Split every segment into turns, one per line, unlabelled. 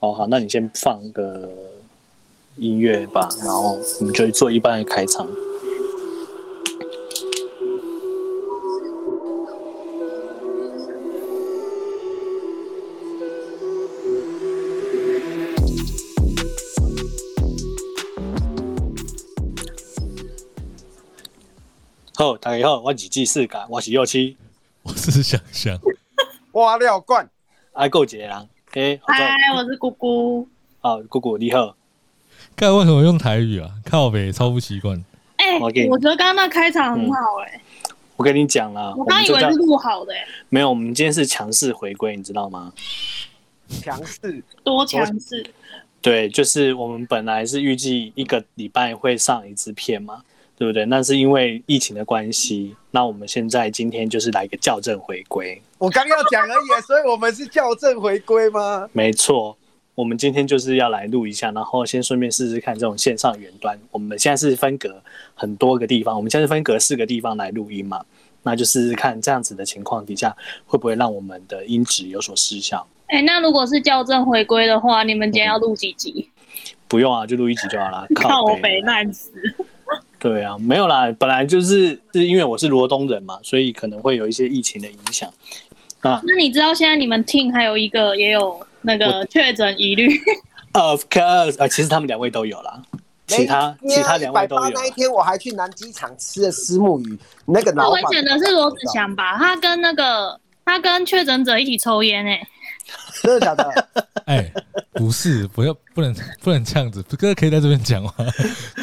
哦，好，那你先放个音乐吧，然后我们就做一般的开场。好，大家好，我是纪世感，我是右七，
我是想想，
挖料罐，
爱够一个人。诶，好在
嗨，我是姑姑。
好，姑姑你好，
干为什么用台语啊？靠北，超不习惯。
哎、
我给你
我觉得刚刚那开场很好哎、
我跟你讲啦，我
我刚
们
以
就
为
叫
是录好的哎、
没有，我们今天是强势回归，你知道吗？
强势
多强势！
对，就是我们本来是预计一个礼拜会上一支片嘛，对不对？那是因为疫情的关系，那我们现在今天就是来一个校正回归，
我刚要讲而已，所以我们是校正回归吗？
没错。我们今天就是要来录一下，然后先顺便试试看这种线上远端。我们现在是分隔很多个地方，我们现在是分隔四个地方来录音嘛，那就试试看这样子的情况底下，会不会让我们的音质有所失效？
哎、那如果是校正回归的话，你们今天要录几集？
不用啊，就录一集就好啦。
靠
北啊
北烂死！
对啊，没有啦，本来就是是因为我是罗东人嘛，所以可能会有一些疫情的影响。啊
那你知道现在你们 team 还有一个也有那个确诊疑虑，
Of course，呃，其实他们两位都有啦，其他
没
其他两位都
180
有
那一
啦。
天我还去南机场吃了虱目鱼，那个
最
老
危
板
险的是罗子祥吧？他跟那个他跟确诊者一起抽烟哎、
真的假的？
哎，不是，不要，不能，不能这样子。哥可以在这边讲吗？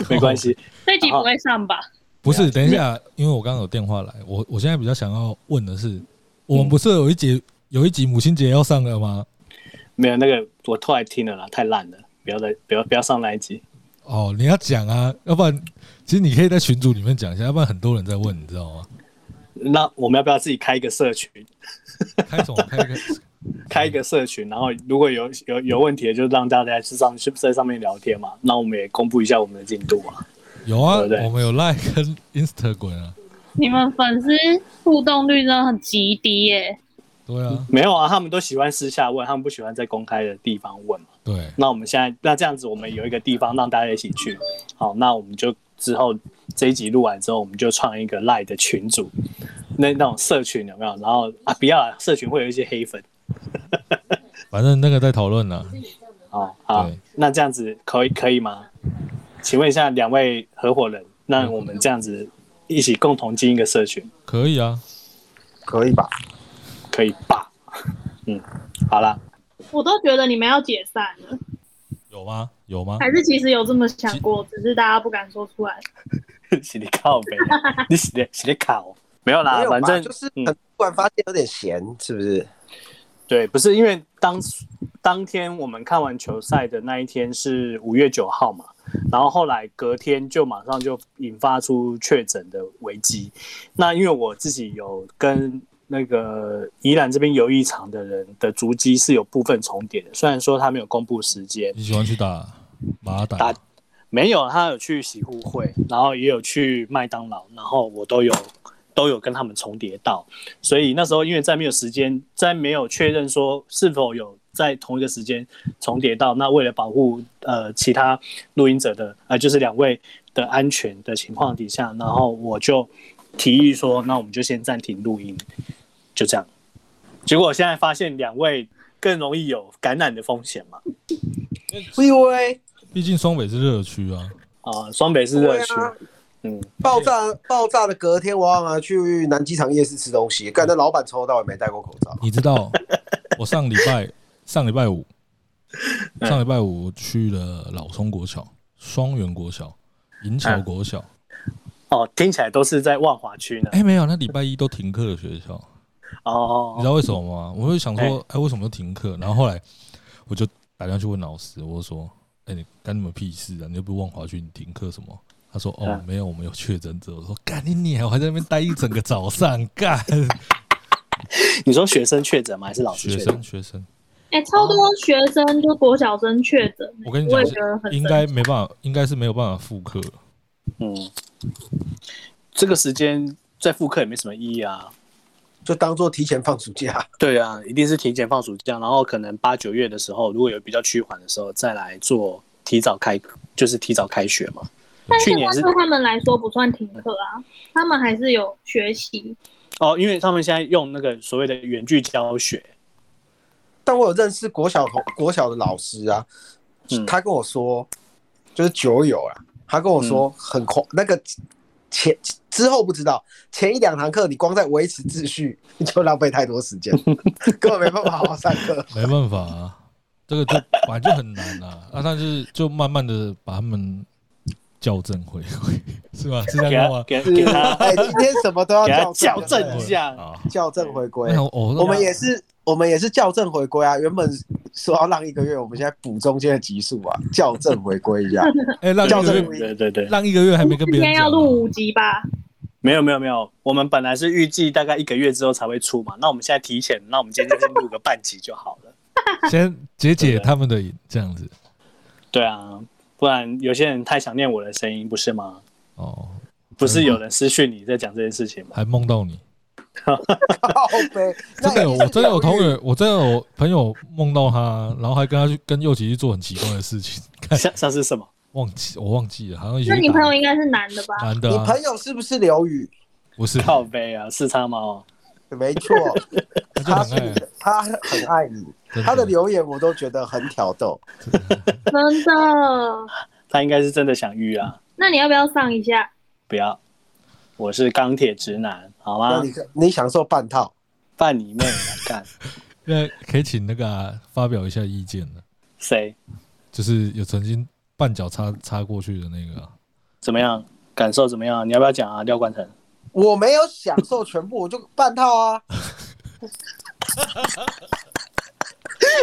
没关系，
这集不会上吧？
不是，等一下，因为我刚刚有电话来，我我现在比较想要问的是，我们不是有一节有一集母亲节要上了吗？
没有那个我后来听了啦，太烂了，不要再不要不要上那一集。
哦，你要讲啊，要不然其实你可以在群组里面讲一下，要不然很多人在问，你知道吗？
那我们要不要自己开一个社群？
开什么开个？
开一个社群，然后如果有有有问题的，就让大家去上去在上面聊天嘛。那我们也公布一下我们的进度啊。
有啊，
对不对
我们有 Line 跟 Instagram 啊，
你们粉丝互动率真的很极低哎耶、
对啊，
没有啊，他们都喜欢私下问，他们不喜欢在公开的地方问嘛。
对，
那我们现在那这样子，我们有一个地方让大家一起去。好，那我们就之后这一集录完之后，我们就创一个 Line 的群组，那那种社群有没有？然后啊，不要啦，社群会有一些黑粉。
反正那个在讨论啊啦。
哦，好
对，
那这样子可以可以吗？请问一下两位合伙人，那我们这样子一起共同经营一个社群，
可以啊，
可以吧？
可以吧？嗯，好啦，
我都觉得你们要解散了，
有吗？有吗？
还是其实有这么想过，只是大家不敢说出来。
洗你靠呗， 你洗你洗你靠，没有啦，
没有吧
反正
就是
嗯
很突然发现有点闲，是不是？
对，不是因为当当天我们看完球赛的那一天是五月九号嘛，然后后来隔天就马上就引发出确诊的危机。那因为我自己有跟那个宜兰这边游艺场的人的足迹是有部分重叠的，虽然说他没有公布时间，
你喜欢去打马打？
打没有，他有去洗护会，然后也有去麦当劳，然后我都有都有跟他们重叠到，所以那时候因为在没有时间，在没有确认说是否有在同一个时间重叠到，那为了保护呃其他录音者的呃就是两位的安全的情况底下，然后我就提议说，那我们就先暂停录音，就这样。结果我现在发现两位更容易有感染的风险嘛，
因为
毕竟双北是热区啊。
啊、双北是热区
对啊，
嗯。
爆炸爆炸的隔天，我忘了去南机场夜市吃东西，干那老板从头到尾没戴过口罩。
你 知道，我上礼拜上礼拜五，
嗯
上礼拜五去了老松国小、双元国小、银桥国小。
哦，听起来都是在万华区呢。
哎、没有，那礼拜一都停课的学校，你知
哦，
道为什么吗？我就想说，哎、为什么都停课？然后后来我就打电话去问老师，我就说，哎、你干你们屁事啊？你又不是万华区，你停课什么？他说：“哦，
嗯
没有，我们有确诊者。”我说：“干你娘！我还在那边待一整个早上，干
你说学生确诊吗？还是老师
学
确
生
诊？
学生。”
哎、超多学生就国小生确诊、
哦我跟你
我
讲
也觉得，很
应该没办法，应该是没有办法复刻。
嗯，这个时间再复课也没什么意义啊。
就当做提前放暑假。
对啊，一定是提前放暑假，然后可能八九月的时候，如果有比较趋缓的时候，再来做提早开，就是提早开学嘛。
但
去
是
年是
对他们来说不算停课啊，他们还是有学习。
哦，因为他们现在用那个所谓的远距教学，
但我有认识国小同国小的老师啊，
嗯
他跟我说，就是酒友啊，他跟我说
嗯
很快、那个前之后不知道，前一两堂课你光在维持秩序，你就浪费太多时间，根本没办法好好上课。
没办法、啊，这个就本来就很难啊。啊，但是就慢慢的把他们校正回 归，是吧？是这
给
样说
他
吗？
给给他
哎，今天什么都
给他
要校
校
正
正一
对
下。
啊，
校正回归
那。种哦，那
我们也是，我们也是校正回归啊。原本说要让一个月，我们现在补中间的集数啊，校正回归 一下。
哎，让
校
一个
正
月，
回
对对对，
让一个月还没跟别
今
人
天
讲啊
要录五集吧？
没有没有没有，我们本来是预计大概一个月之后才会出嘛，那我们现在提前，那我们今天就先录个半集就好了。
先解解
啊
对
他们的瘾这样子
对啊，不然有些人太想念我的声音，不是吗？
哦，
不是有人私讯你在讲这件事情 吗？
还梦到你。
靠背，
真的有，我
那已经是
真的有同
疗愈
学，我真的有朋友梦到他，然后还跟他去跟右奇去做很奇怪的事情， 看
像像是什么？
忘记我忘记了，好像一起
那
去
你
打
朋友应该是男的吧？
男
你
的啊，
朋友是不是刘宇？
不是，
靠背啊，四叉猫。
没 错，
他就
他
很爱
是你，的，他很爱你。
真
他的留言我都觉得很挑逗。
真的？
他应该是真的想约啊，
那你要不要上一下？
不要，我是钢铁直男，好
啊
吗？
那你你享受半套，
扮你妹啊！干
那可以请那个啊发表一下意见的，
谁
就是有曾经绊脚插插过去的那个啊，
怎么样？感受怎么样？你要不要讲啊？廖冠腾，
我没有享受全部，我就半套啊。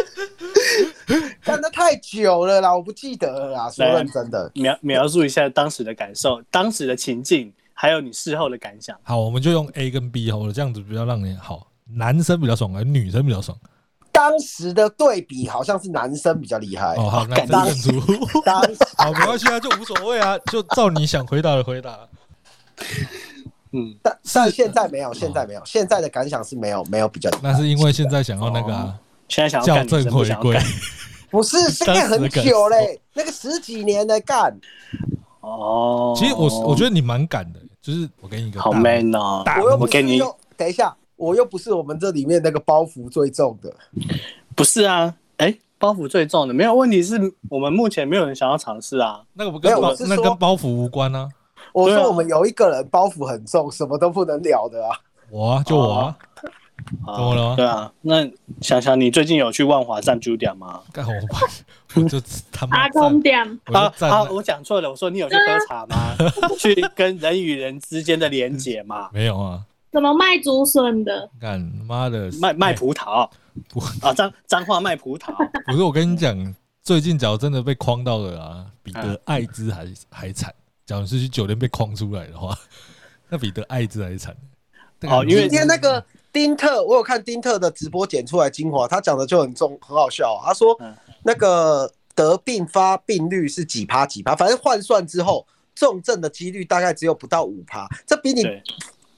但那太久了啦，我不记得了啦。说认真的，
描描述一下当时的感受、当时的情境，还有你事后的感想。
好，我们就用 A 跟 B 好了，这样子比较让你好，男生比较爽，还是女生比较爽？
当时的对比好像是男生比较厉害。
哦，好，那
干
分胜出，
当时
好，没关系啊，就无所谓啊，就照你想回答的回答。
嗯，
但但现在没有，现在没有，现在的感想是没有，没有比较厉害。
哦那是因为现在想要那个啊
现在想要
校
干女
正
生不
回
哦想要
归
干。
不是现在很久嘞，那个十几年的干，
哦，
其实我我觉得你蛮敢的，就是我给你一个
好
大
man 哦，
大
我又
我
不
给
是
你
又等一下，我又不是我们这里面那个包袱最重的。
不是啊，哎，包袱最重的没有问题，是我们目前没有人想要尝试啊。
那个不
没
跟
有
包
我是
那
说
跟包袱无关啊，
我
对啊
说我们有一个人包袱很重，什么都不能聊的啊。
我啊就我啊，
啊
怎么了
对啊，那想想你最近有去万华站 j u d 吗？
干我吧，我就他妈
阿
站
公，点，
我
啊
就站
啊！
那啊
我讲错了，我说你有去喝茶吗？ 去跟人与人之间的连结 嘛，
没有啊，
怎么卖竹笋的？
干妈的
卖卖
哎
葡萄
不
啊，彰彰化卖葡萄，
不是我跟你讲，最近假如真的被框到了啊，比得艾滋还还惨。假如是去酒店被框出来的话， 那比得艾滋还惨。
哦因为
今天那个丁特，我有看丁特的直播剪出来精华，他讲的就很重，很好笑、啊。他说
嗯
那个得病发病率是几趴几趴，反正换算之后，重症的几率大概只有不到五趴，这比你
对，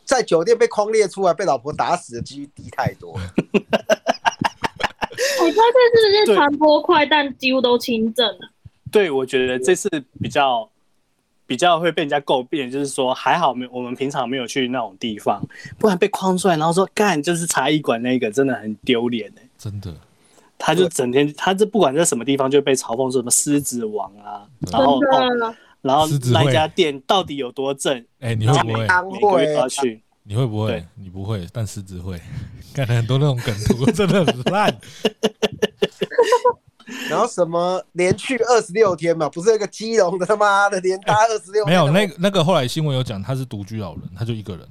在酒店被框列出来被老婆打死的几率低太多了。
我觉得这是
对
不是传播快，但几乎都轻症啊。
对，我觉得这次比较比较会被人家诟病，就是说还好没有我们平常没有去那种地方，不然被框出来，然后说干就是茶艺馆那个真的很丢脸哎。
真的，
他就整天，他这不管在什么地方就被嘲讽说什么狮子王啊，然后哦，
真的，
然后
狮子会
那一家店到底有多正，
哎、你会不会？
安
每个月都
徽
要去。
你会不会
啊对？
你不会，但狮子会。 干了很多那种梗图， 真的很 烂。
然后什么连续二十六天嘛，不是那个基隆的他妈的 连搭二十六，
没有那个那个后来新闻有讲，他是独居老人，他就一个人，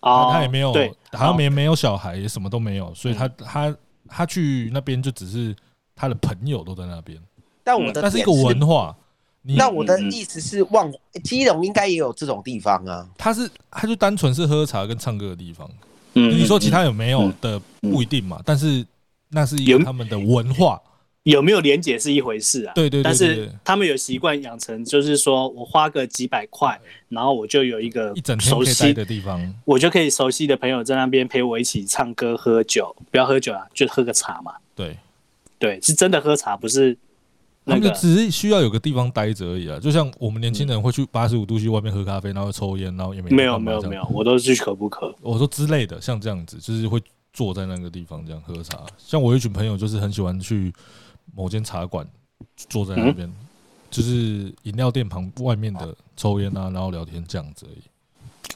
哦，
他他也没有
对，，嗯
好像
哦
也没有小孩，也什么都没有，所以他他他去那边就只是他的朋友都在那边，
但我的
那是一
点
个文化。你
那我的
嗯嗯
意思是，望基隆应该也有这种地方啊。
他是他就单纯是喝茶跟唱歌的地方。
嗯
你说其他有没有
嗯
的不一定嘛，但是那是一
有
个他们的文化。
有没有连结是一回事啊，
对对对
但
对
是
对
他们有习惯养成，就是说我花个几百块，然后我就有一个
一整天
熟
可以待
悉
的地方，
我就可以熟悉的朋友在那边陪我一起唱歌、喝酒，不要喝酒啊，就喝个茶嘛。
对，
对，是真的喝茶，不是
他
那
们就
个。
只是需要有个地方待着而已啊。就像我们年轻人会去八十五度去外面喝咖啡，然后抽烟，然后也没
嗯没有
干嘛
没有
这样
没有，我都是去可不可。
我说之类的，像这样子，就是会坐在那个地方这样喝茶。像我有一群朋友，就是很喜欢去某间茶馆坐
嗯
在那边，就是饮料店旁外面的抽烟啊，然后聊天这样子而已。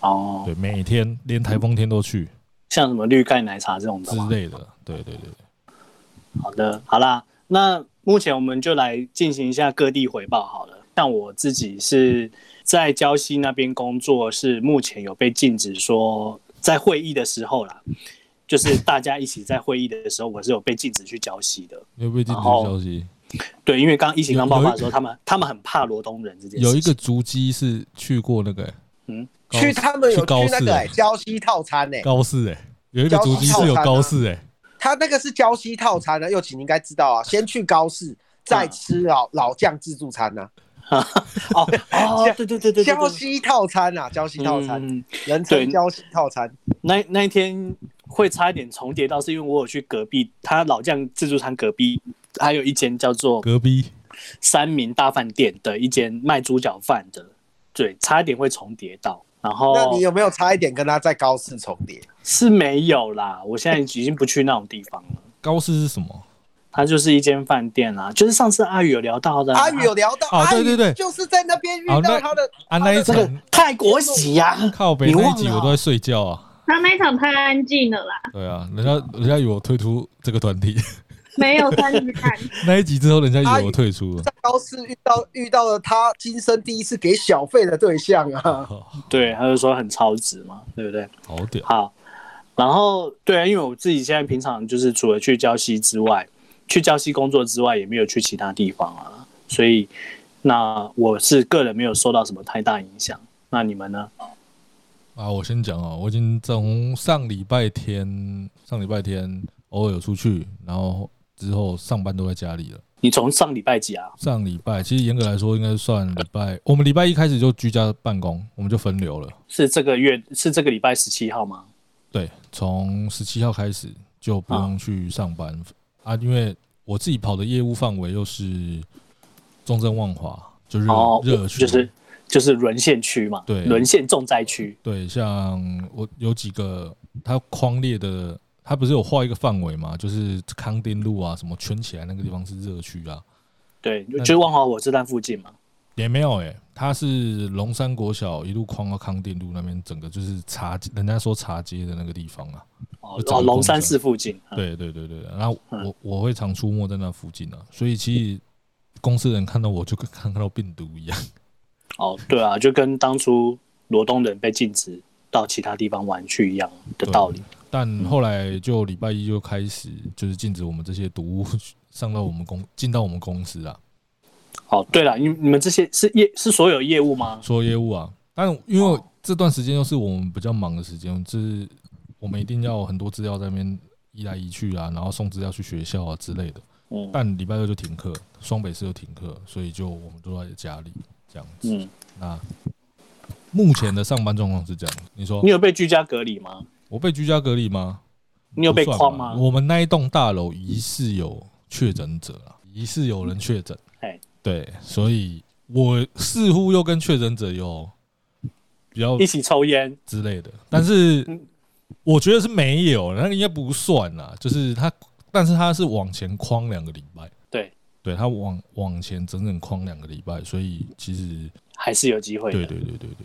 哦，
对，每天连台风天都去
像什么绿盖奶茶这种的
之
嘛。
类的。对对对，
好的，好啦，那目前我们就来进行一下各地回报好了。像我自己是在礁溪那边工作，是目前有被禁止说在会议的时候啦，就是大家一起在会议的时候，我是有被禁止去礁溪的。
有没有禁止
然后
消息？
对，因为刚疫情刚
有
爆
有一
发的时候，他们他们很怕罗东人这件事情。
有一个足迹是去过那个、欸
嗯，
高
去他们有
去高
去那
四
个
欸
欸礁西套餐呢，
高四哎、有一个足迹是有高四哎、
他那个是礁西套餐呢，右请你应该知道啊，先去高市，
嗯
再吃老老酱自助餐呐，
哦哦，对对对对对，
礁西套餐啊，礁西套餐，
嗯、
人称
对
礁西套餐，
那那一天会差一点重叠到，是因为我有去隔壁，他老将自助餐隔壁还有一间叫做
隔壁
三明大饭店的一间卖猪脚饭的，对，差一点会重叠到。然
那
后
你有没有差一点跟他在高市重叠？
是没有啦，我现在已经不去那种地方了。
高四是什么？
它就是一间饭店啦、就是上次阿宇有聊到的啊、
阿宇有聊到，
啊
阿
对
宇
对对
就是在那边遇
啊那
到他的，
啊，那一
那个
层
泰国啊洗呀、
靠北
你忘
那
了
一集我都在睡觉啊。
他那一场太安静了啦，
对啊，人家人家以为我退出这个团体，
没有参与看。
那一集之后，人家以为我退出了。
在高市遇到遇到了他今生第一次给小费的对象啊，
好
对，他就说很超值嘛，对不对？
好屌，
好，然后对啊，因为我自己现在平常就是除了去礁溪之外，去礁溪工作之外，也没有去其他地方啊，所以那我是个人没有受到什么太大影响。那你们呢？
啊！我先讲哦，我已经从上礼拜天，上礼拜天偶尔有出去，然后之后上班都在家里了。
你从上礼拜几啊？
上礼拜其实严格来说应该算礼拜，我们礼拜一开始就居家办公，我们就分流了。
是这个月是这个礼拜十七号吗？
对，从十七号开始就不用去上班啊因为我自己跑的业务范围又是中正万华，就热
哦，
热区，
就是就是沦陷区嘛，
对
沦陷重灾区。
对，像我有几个它框列的，它不是有画一个范围嘛，就是康定路啊，什么圈起来那个地方是热区啊，
对，就是万华火车站附近嘛。
也没有诶、欸它是龙山国小一路框到康定路那边，整个就是茶，人家说茶街的那个地方啊。
哦
就，找
哦，
个
龙
工
山
作
寺附近。嗯，
对对对对，对然后
嗯
我我会常出没在那附近啊，所以其实公司人看到我就跟看到病毒一样。
哦，对啊，就跟当初罗东人被禁止到其他地方玩去一样的道理。
但后来就礼拜一就开始就是禁止我们这些毒物上到我们公进到我们公司啊，
哦，对了，你你们这些是业是所有业务吗？
说业务啊。但因
哦
为这段时间又是我们比较忙的时间，就是我们一定要很多资料在那边移来移去啊，然后送资料去学校啊之类的。
嗯
但礼拜六就停课，双北市又停课，所以就我们都在家里这样子。
嗯，
那目前的上班状况是这样，你说
你有被居家隔离吗？
我被居家隔离吗？
你有被
不算
框
吧
吗？
我们那一栋大楼疑似有确诊者啊，疑似有人确诊
哎。
对，所以我似乎又跟确诊者有比较
一起抽烟，
之类的，但是
嗯
我觉得是没有，那个应该不算啦。就是他，但是他是往前框两个礼拜，
对，
对他往往前整整框两个礼拜，所以其实
还是有机会的。
对对对对对。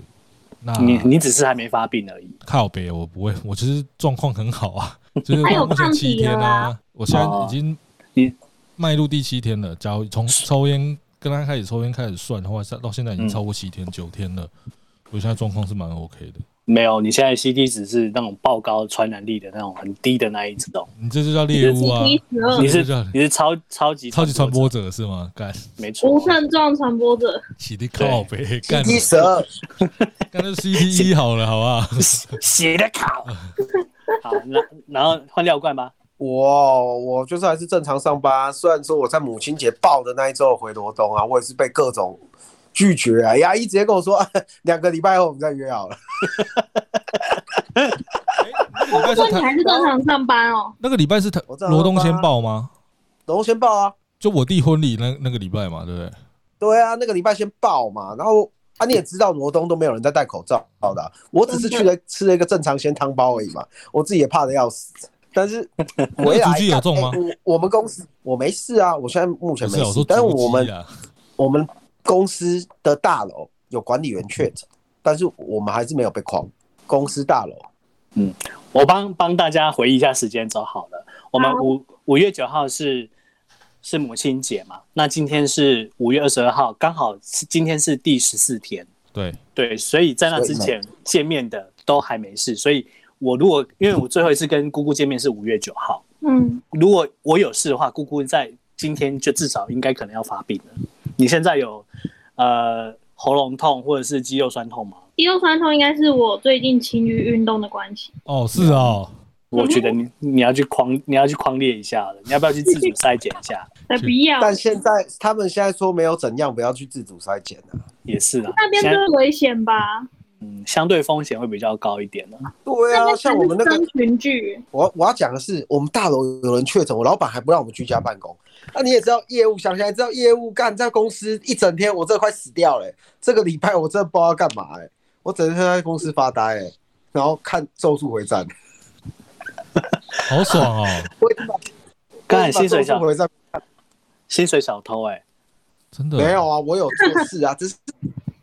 那
啊你你只是还没发病而已。
靠北，我不会，我其实状况很好 啊，就是
还有
目前
抗
七
体
天
了
啊
啊，
我现在
哦
已经
你
迈入第七天了。假如从抽烟跟他开始抽烟开始算的话，到现
嗯
在已经超过七天九天了，我现在状况是蛮 OK 的。
没有，你现在 CD 值是那种爆高传染力的那种很低的那一种，
你这就叫猎物啊！
你是
你是
这就叫
你是超超级
超级传播
者，
者是吗？干，
没错
无。 症状传播者，
起的靠北， 干
第十二，
干就 CT 一好了，好不好？
写的考。好，然然后换廖冠吧。
我我就是还是正常上班，虽然说我在母亲节报的那一周回罗东啊，我也是被各种拒绝啊，牙医直接跟我说两个礼拜后我们再约好了。
礼拜是
那你
台
还是正常上班哦？
那个礼拜是台
我正常
罗东先
上班啊
报吗？
然后先报啊，
就我弟婚礼那那个礼拜嘛，对不对？
对啊，那个礼拜先报嘛，然后啊你也知道罗东都没有人在戴口罩的啊、我只是去了吃了一个正常鲜汤包而已嘛，我自己也怕的要死。但是回来
竹鸡有中吗
干哎我我们公司我没事啊，我现在目前
不
没
是啊，我
事
说，
但是
足迹
我们
啊
我们公司的大楼有管理员确诊，但是我们还是没有被框。公司大楼，
哦
我帮帮大家回忆一下时间轴好了。我们
好
五五月九号是是母亲节嘛？那今天是五月二十二号，刚好是今天是第十四天。
对，
对，所以在那之前见面的都还没事，所以我如果因为我最后一次跟姑姑见面是五月九号，
嗯，
如果我有事的话，姑姑在今天就至少应该可能要发病了。你现在有呃喉咙痛或者是肌肉酸痛吗？
肌肉酸痛应该是我最近勤于运动的关系。
哦是哦，
我觉得你你要去框你要去框列一下了，你要不要去自主筛检一下？
才不要，
但现在他们现在说没有怎样，不要去自主筛检啊了。
也是啦，
那边
现
最
在
危险吧？
嗯相对风险会比较高一点的。
对
那
啊，
边
像我们那
才是
个，
生群聚，
我我要讲的是，我们大楼有人确诊，我老板还不让我们居家办公。那你也知道业务，想起来知道业务干在公司一整天，我真的快死掉了、欸这个礼拜我真的不知道要干嘛哎、我整天在公司发呆哎、然后看《咒术回战》，
好爽哦，
我已经把
刚
我已
才
经把
薪水
咒
小
术回战
薪水小偷哎、
真的
没有啊，我有做事啊，只是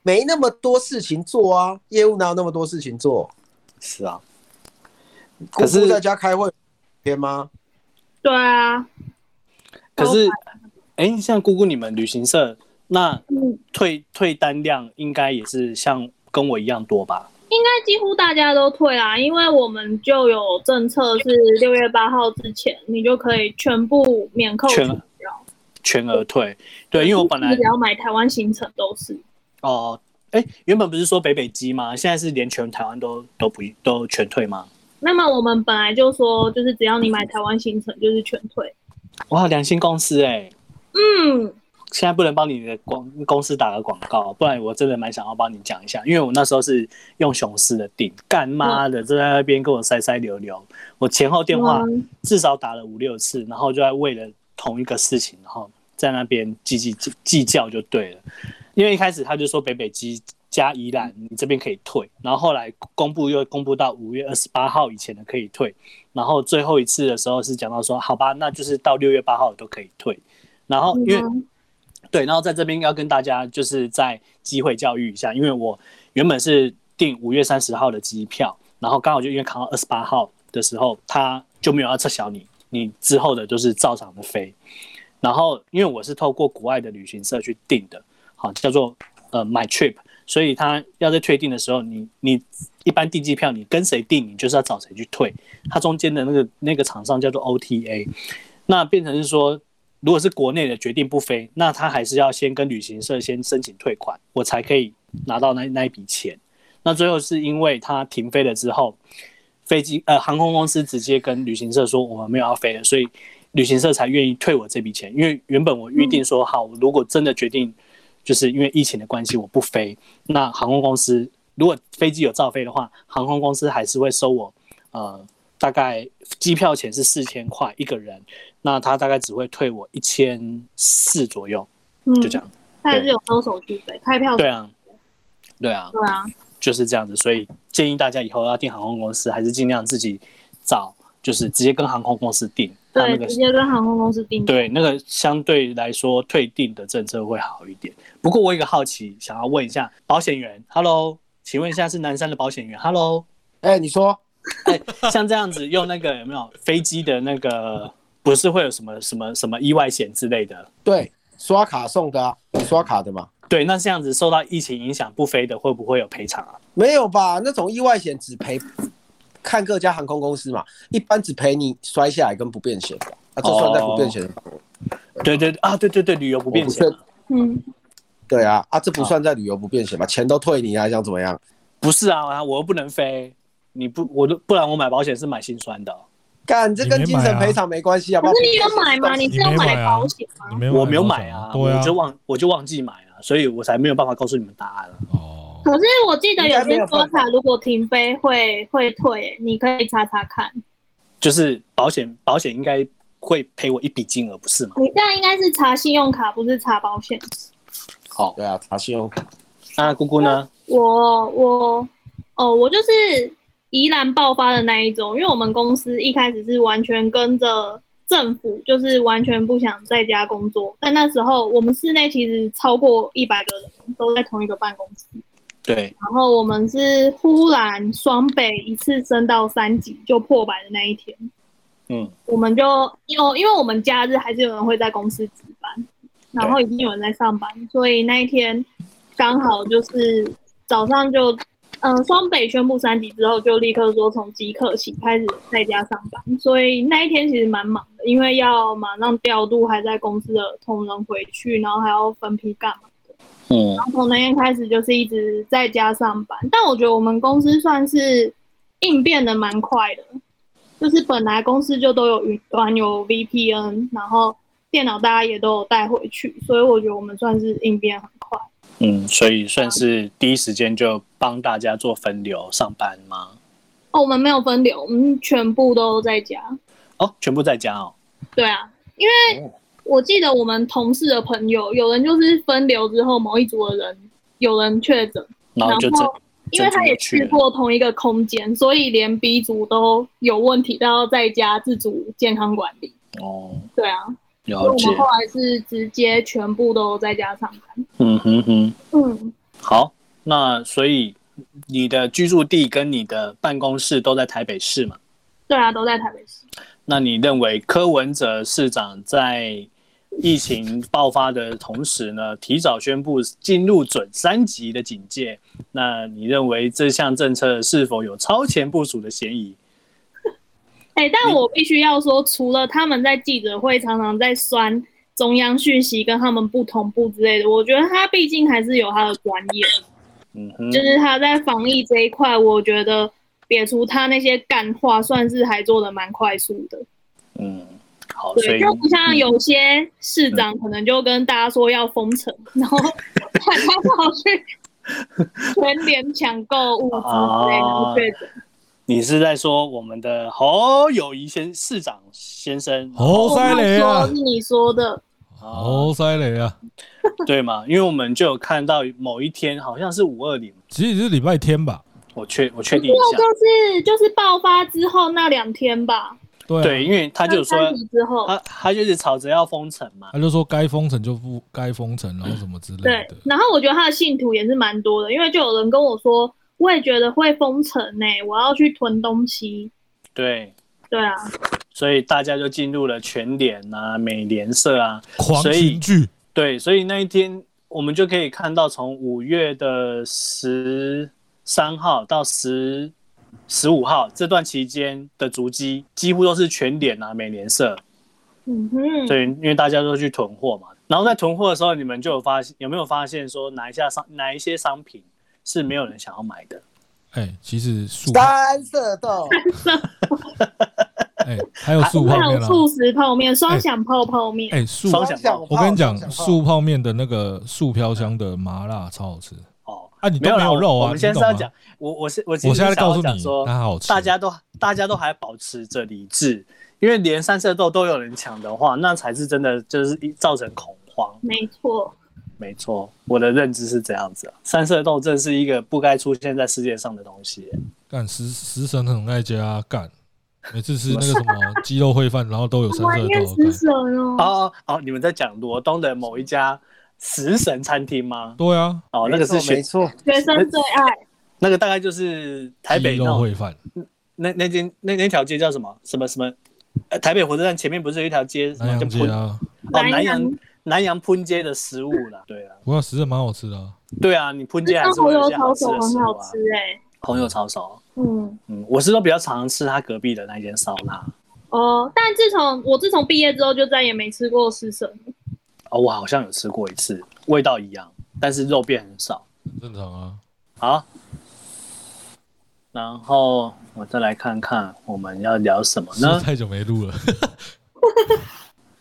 没那么多事情做啊，业务哪有那么多事情做？
是啊，
姑
可是
姑在家开会天吗？
对啊，
可是哎、像姑姑你们旅行社那
嗯，
退退单量应该也是像跟我一样多吧？
应该几乎大家都退啦，因为我们就有政策是六月八号之前，你就可以全部免扣
全
取消。
全额退，对，因为我本来
只要买台湾行程都是，
哦，哎、原本不是说北北基吗？现在是连全台湾都都不都全退吗？
那么我们本来就说，就是只要你买台湾行程，就是全退。
哇，良心公司哎、
嗯，
现在不能帮你的广公司打个广告，不然我真的蛮想要帮你讲一下，因为我那时候是用雄狮的订，干妈的就在那边跟我塞塞流流，我前后电话
嗯
至少打了五六次，然后就在为了同一个事情，然后在那边计计计计较就对了。因为一开始他就说北北基加宜兰，你这边可以退，然后后来公布又公布到五月二十八号以前的可以退，然后最后一次的时候是讲到说，好吧，那就是到六月八号都可以退。然后哦因为
嗯
对，然后在这边要跟大家就是在机会教育一下，因为我原本是订五月三十号的机票，然后刚好就因为扛到二十八号的时候，他就没有要撤销你，你之后的都是照常的飞。然后因为我是透过国外的旅行社去订的，好叫做呃 My Trip，所以他要在退订的时候，你你一般订机票，你跟谁订，你就是要找谁去退。它中间的那个那个厂商叫做 OTA，那变成是说，如果是国内的决定不飞，那他还是要先跟旅行社先申请退款，我才可以拿到那那一笔钱。那最后是因为他停飞了之后，飞机呃航空公司直接跟旅行社说我们没有要飞了，所以旅行社才愿意退我这笔钱。因为原本我预定说好，如果真的决定就是因为疫情的关系我不飞，那航空公司如果飞机有照飞的话，航空公司还是会收我呃大概机票钱是四千块一个人，那他大概只会退我一千四左右，
嗯
就这样。
他还是有收手续费、开票。
对啊，对啊，
对啊，
就是这样子，所以建议大家以后要订航空公司，还是尽量自己找，就是直接跟航空公司订。它那
对，
个
直接跟航空公司订。
对那个相对来说退订的政策会好一点。不过我有一个好奇，想要问一下保险员，Hello，请问一下是南山的保险员，Hello，
哎、你说
哎，像这样子用那个有没有飞机的那个，不是会有什么什么什么意外险之类的？
对，刷卡送的啊，你刷卡的嘛？
对，那这样子受到疫情影响不飞的会不会有赔偿啊？
没有吧？那种意外险只赔，看各家航空公司嘛，一般只赔你摔下来跟不变险的，啊，这算
哦
在不变险的范围。
对对啊，对对对，旅游不便险啊、
我不
嗯，
对啊，啊，这不算在旅游不变险吧？钱都退你啊，想怎么样？
啊不是啊，我又不能飞，你不我都不然我买保险是买心酸的哦、
干，这跟精神赔偿没关系，好啊不好？
可是你有买吗？
你
你是要
你没买啊
保险吗
你？没有
我没有
多少
买啊，
对
我
啊，
就忘我就忘记买了，所以我才没有办法告诉你们答案了。啊
哦，
可是我记得有
应该没有
些说
办法
法，如果停飞会会退，你可以查查看。
就是保险保险应该会赔我一笔金额，不是吗？
你这样应该是查信用卡，不是查保险。
好，
对啊，查信用卡。
那啊姑姑呢？
我我哦，我就是宜兰爆发的那一种，因为我们公司一开始是完全跟着政府，就是完全不想在家工作。但那时候我们室内其实超过一百个人都在同一个办公室，
对，
然后我们是忽然双北一次升到三级就破百的那一天，
嗯，
我们就因为因为我们假日还是有人会在公司值班，然后已经有人在上班，所以那一天刚好就是早上就，嗯、双北宣布三级之后，就立刻说从即刻起开始在家上班，所以那一天其实蛮忙的，因为要马上调度还在公司的同仁回去，然后还要分批干嘛。
嗯
然后从那天开始就是一直在家上班，但我觉得我们公司算是应变的蛮快的，就是本来公司就都有云端有 VPN，然后电脑大家也都有带回去，所以我觉得我们算是应变很快。
嗯，所以算是第一时间就帮大家做分流上班吗？
哦，我们没有分流，我们全部都在家。
哦，全部在家哦。
对啊，因为我记得我们同事的朋友，有人就是分流之后，某一组的人有人确诊，
然后就
然
整
后因为他也去过同一个空间，所以连 B 组都有问题，都要在家自主健康管理。
哦，
对啊，所以
了
我
解
们，后来是直接全部都在家上班。
嗯哼哼，
嗯，
好，那所以你的居住地跟你的办公室都在台北市嘛？
对啊，都在台北市。
那你认为柯文哲市长在疫情爆发的同时呢，提早宣布进入准三级的警戒，那你认为这项政策是否有超前部署的嫌疑？
哎、但
嗯
我必须要说，除了他们在记者会常常在酸中央讯息跟他们不同步之类的，我觉得他毕竟还是有他的专业。
嗯哼，
就是他在防疫这一块，我觉得撇除他那些干话，算是还做的蛮快速的。
嗯，好，所
对，
以嗯
就不像有些市长可能就跟大家说要封城， 然后跑来跑去全联抢购物资之类的，
啊
对的。
你是在说我们的侯友谊先市长先生
侯塞雷啊
我说，是你说的，
哦，
侯塞雷啊，
对吗？因为我们就有看到某一天好像是五二零，
其实是礼拜天吧？
我确我确定一
啊
下，
就是就是爆发之后那两天吧，
对啊
对，因为他就说
三级之后，
他他就是吵着要封城嘛，
他就说该封城就不该封城，然后什么之类
对
的。，
然后我觉得他的信徒也是蛮多的，因为就有人跟我说，我也觉得会封城呢、我要去囤东西。
对，
对啊，
所以大家就进入了全联啊、美联社啊，
狂
所以
群聚，
对，所以那一天我们就可以看到，从五月的十三号到十十五号这段期间的足迹，几乎都是全联啊、美联社，
嗯哼，
对，因为大家都去囤货嘛。然后在囤货的时候，你们就有发现有没有发现说哪一下商哪一些商品是没有人想要买的？
哎，其实树，
三色豆，
哎，还有树泡
还
面
有
啦，
素食泡面、双响炮泡面，
哎，树，
双
双
响
响
炮
炮
我跟你讲
双，响炮
树泡面的那个树飘香的麻辣超好吃
哦，
啊！你
没
都
有啦
有肉
我
啊？
我们现在
你
是要
懂
讲
吗，，
我我是我其
我
实
现在
想要
告诉
讲
你啊
说，，
它好吃，
大家都大家都还保持着理智，因为连三色豆都有人抢的话，那才是真的就是一造成恐慌。
没错。
没错，我的认知是这样子啊。三色豆真是一个不该出现在世界上的东西。
干食食神很爱加干，每 次吃那个什么鸡肉烩饭，然后都有三
怀
色
念
豆
食
干。
神哦，
哦哦，你们在讲罗东的某一家食神餐厅吗？
对啊，
哦，那个是
没
学
错，
学生最
哎
爱
那个大概就是台北
鸡
那
肉
种
烩饭，
那那间那那条街叫什么什么什么？呃，台北火车站前面不是有一条街什
南
么
洋
叫
街
喷？
啊，
哦，南
南
洋
洋
南洋喷街的食物啦，对啊。
不过食神蛮好吃的啊。
对啊，你喷街还
那
是会
红
有
油
一些
抄
好吃
手
的食
很
物
好
啊
吃。哎，
红油抄手，
嗯
嗯，我是都比较常吃他隔壁的那间烧腊。
哦，但自从我自从毕业之后，就再也没吃过食神了。
哦，我好像有吃过一次，味道一样，但是肉变很少。
正常啊。
好，然后我再来看看我们要聊什么
是不
呢
是？太久没录了，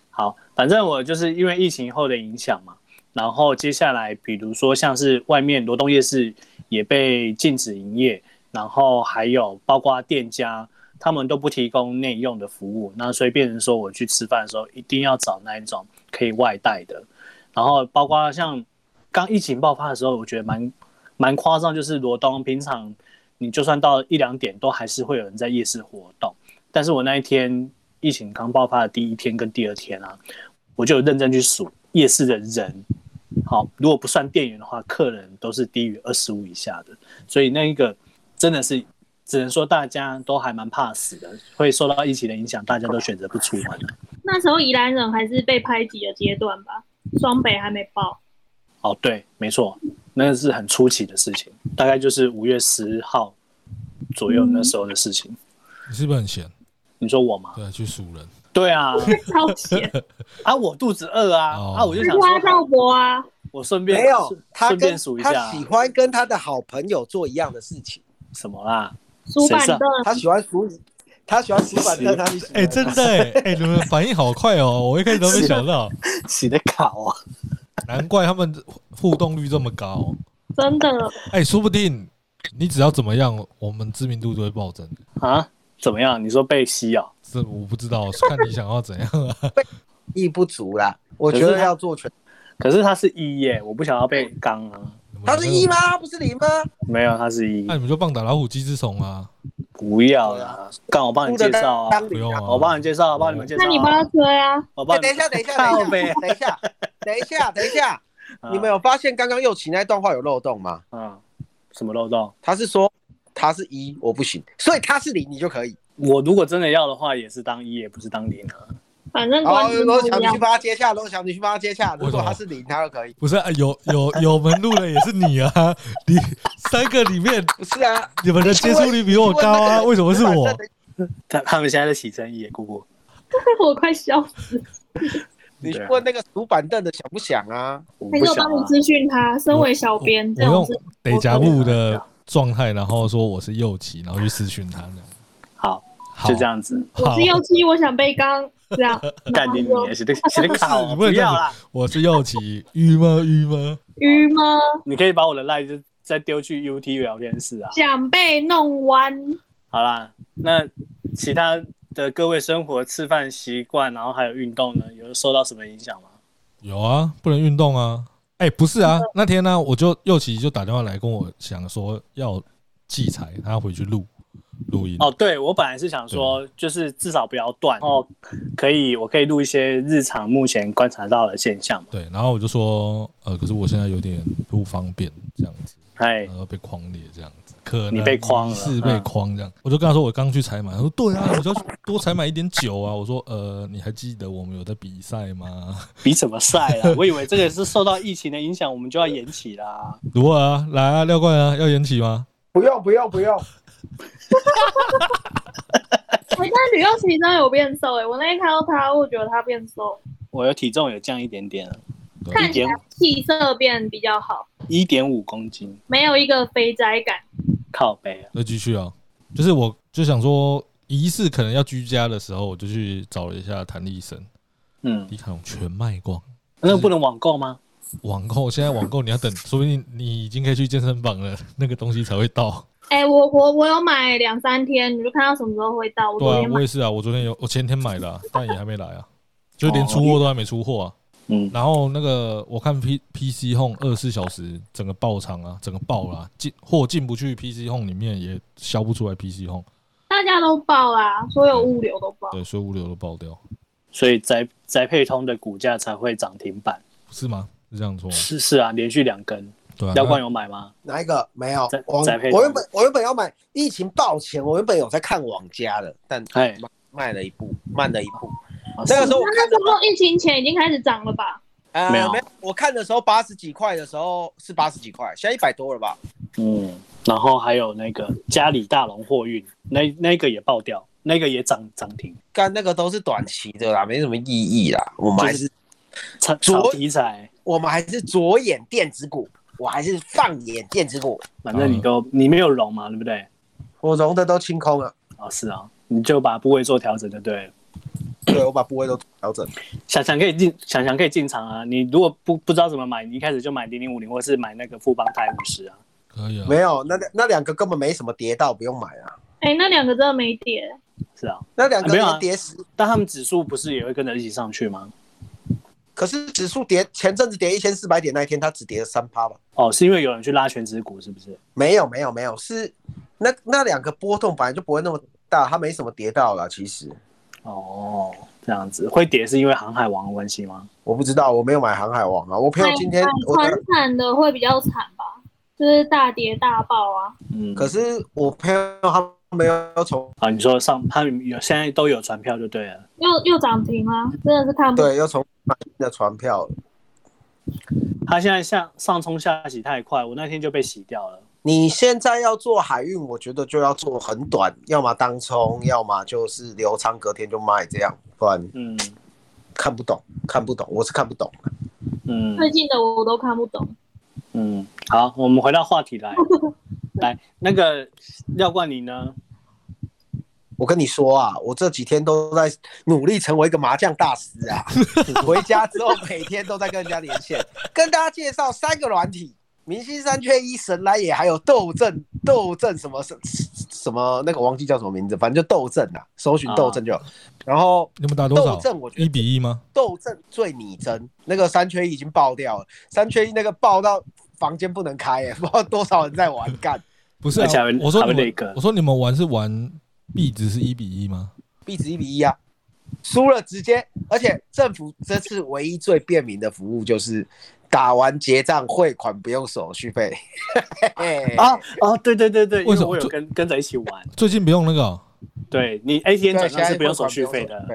好，反正我就是因为疫情后的影响嘛，然后接下来比如说像是外面罗东夜市也被禁止营业，然后还有包括店家他们都不提供内用的服务，那所以变成说我去吃饭的时候一定要找那一种可以外带的，然后包括像刚疫情爆发的时候，我觉得蛮蛮夸张，就是罗东平常你就算到一两点都还是会有人在夜市活动。但是我那一天疫情刚爆发的第一天跟第二天啊，我就有认真去数夜市的人，好，如果不算店员的话，客人都是低于二十五以下的，所以那一个真的是只能说大家都还蛮怕死的，会受到疫情的影响，大家都选择不出门了。
那时候宜兰人还是被排挤的阶段吧，双北还没 爆。
哦，对，没错，那个是很出奇的事情，大概就是五月十号左右那时候的事情。
你是不是很闲？
你说我吗？
对，啊去数人，
对啊，
超闲，
啊，我肚子饿啊，
哦
啊，我 就想
挖
说，
到博啊，
我顺便
没有，他
顺
跟
便数一下
他喜欢跟他的好朋友做一样的事情，
什么啦？
主板凳，
他喜欢数，他喜欢数板凳，他喜欢
哎，真的 哎，哎，你们反应好快哦，我一开始都没想到，
洗的烤啊！
啊难怪他们互动率这么高。
真的
哎，说不定你只要怎么样，我们知名度都会暴增。
啊？怎么样？你说被吸啊？
这我不知道， 看你想要怎样啊。
力不足啦。我
可
觉
是
得
他
要做全，
可是他是一耶，我不想要被刚啊。
他是一？吗？不是零吗？
没有，他是一
那，你们啊就棒打老虎、鸡之虫啊，
不要啦。刚我帮你
输的
介绍啊
当，
不
零
用
啊。
啊。
我帮你介绍，我帮你们介绍啊。
那你帮他推啊，
我
哎、
帮你
等一下，等一下，等
靠北
一下，等一下，等一下，等一下，
啊
你们有发现刚刚右奇那段话有漏洞吗？
嗯什么漏洞？
他是说他是一，我不行，所以他是零，你就可以。
我如果真的要的话，也是当一，也不是当零啊。
反正
然后
关系
罗
不一
翔，你去
样。
帮他接下，罗翔，你去帮他接下。
为什么
如果他是零，他就可以。
不是、啊、有有有门路的也是你啊， 你三个里面
不是啊，
你们的接触率比我高啊，为什么是我？
他他们现在在洗成一耶，姑姑。
我快笑死，
你去
对啊
问那个数板凳的想不想啊？
我
还
不
是我
想
帮你
啊。
咨询他。身为小编，这
我用
种事
得甲物的状态，然后说我是右旗，然后去私讯他呢。
好，
好，
就这。样 子。
我
好
是，右七，我想被刚 这样，然
淡
后
定
说
你，洗的洗的
不
烤，
是
不要啦。
我是右旗，晕吗晕吗？
鱼吗？
你可以把我的赖就再丢去 UT 聊天室啊。
想被弄弯，
好啦，那其他的各位生活、吃饭习惯，然后还有运动呢，有受到什么影响吗？
有啊，不能运动啊。哎、不是啊，那天呢、我就右旗就打电话来跟我想说要器材，他要回去录录音。
哦，对，我本来是想说，就是至少不要断，然后可以，我可以录一些日常目前观察到的现象嘛。
对，然后我就说，呃，可是我现在有点不方便这样子，
哎
然，后被框裂这样子，可能
你被框了嗯
是被框这样。我就跟他说，我刚去采买，他说对啊，我就要多采买一点酒啊。我说，呃，你还记得我们有在比赛吗？
比什么赛啊？我以为这个是受到疫情的影响，我们就要延期啦。
如何啊？来啊，廖冠啊，要延期吗？
不用，不用，不用。
哎，但吕又奇真的有变瘦哎！我那天看到他，我觉得他变瘦，
我的体重有降一点点了，
看起来气色变比较好，
一点五公斤，
没有一个肥宅感。
靠背啊。
那继续啊，就是我就想说，疑似可能要居家的时候，我就去找了一下谭立生，
嗯，
李卡侬全卖光。
那不能网购吗？
网购现在网购你要等，说不定你已经可以去健身房了，那个东西才会到。
哎，我我我有买两三天，你就看他什么时候会到。我
对
昨
啊
天，买
我也是啊，我昨天有，我前天买的啊、但也还没来啊，就连出货都还没出货啊。
嗯，
然后那个我看 P P C Home 二十四小时整个爆仓啊，整个爆啦、进货进不去 P C Home 里面也销不出来 P C Home，
大家都爆啦，所有物流都爆。
对，所以物流都爆掉，
所以宅宅配通的股价才会涨停板。
是吗？是这样
嗯
说吗？
是是啊，连续两根。
对啊，
廖冠有买吗？
哪一个没有
在？
我
在配
我原本我原本要买，疫情爆前我原本有在看网家的，但
哎，
慢了一步，慢了一步。
啊
那个
是
时候我
那
看的
那时候疫情前已经开始涨了吧？
呃
没有
没有，我看的时候八十几块的时候是八十几块，现在一百多了吧？
嗯，然后还有那个嘉里大龙货运，那那个也爆掉，那个也涨涨停，
干那个都是短期的啦，没什么意义啦。我们还
就是
是
炒
昨
炒题材，
我们还是着眼电子股，我还是放眼电子股。
反正你都你没有龙嘛，对不对？
我融的都清空了，
哦，是啊，你就把部位做调整就对了。
对我把部位都调整。
想想可以进，想想可以进场啊。你如果不不知道怎么买，你一开始就买零零五零，或是买那个富邦泰五十啊。
可以啊，
没有，那那两个根本没什么跌到，不用买啊。
哎、那两个真的没跌，
是啊，
那两个
没有啊
一跌十，
但他们指数不是也会跟着一起上去吗？
可是指数跌前阵子跌一千四百点那一天，它只跌了三趴吧？
哦，是因为有人去拉全指股，是不是？
没有没有没有，是那那两个波动本来就不会那么大，它没什么跌到啦。其实
哦，这样子会跌是因为航海王的关系吗？
我不知道，我没有买航海王啊。我朋友今天我
买船产的会比较惨吧，就是大跌大爆啊。
嗯，
可是我朋友他没有从
啊，你说上他们有现在都有船票就对了。
又又涨停啊，真的是看不懂。
对又从买新的船票了。
他现在下上冲下洗太快，我那天就被洗掉了。
你现在要做海运，我觉得就要做很短，要么当冲，要么就是留仓，隔天就卖，这样不然
嗯
看不懂，看不懂，我是看不懂。
嗯
最近的我都看不懂。
嗯，好，我们回到话题来， 来那个廖冠霖呢？
我跟你说啊，我这几天都在努力成为一个麻将大师 啊！回家之后每天都在跟人家连线，跟大家介绍三个软体：明星三缺一、神来也，还有斗阵斗阵什么什什么那个忘记叫什么名字，反正就斗阵啊，搜寻斗阵就有。然后
你们打多
斗
少？
阵我觉
一
得
比一吗？
斗阵最拟真，那个三缺一已经爆掉了，三缺一那个爆到房间不能开、欸，不知道多少人在玩干，
不是、啊
而且还会，
我说你
还会那
们
个，
我说你们玩是玩币值是一比一吗？
币值一比一啊，输了直接，而且政府这次唯一最便民的服务就是打完结账汇款不用手续 费，
啊哦，对对对对，因
为什
为
么
我有跟跟着一起玩，
最近不用那个哦
对你 ATM
对
转
现在
账是不用
汇款
手续费的，，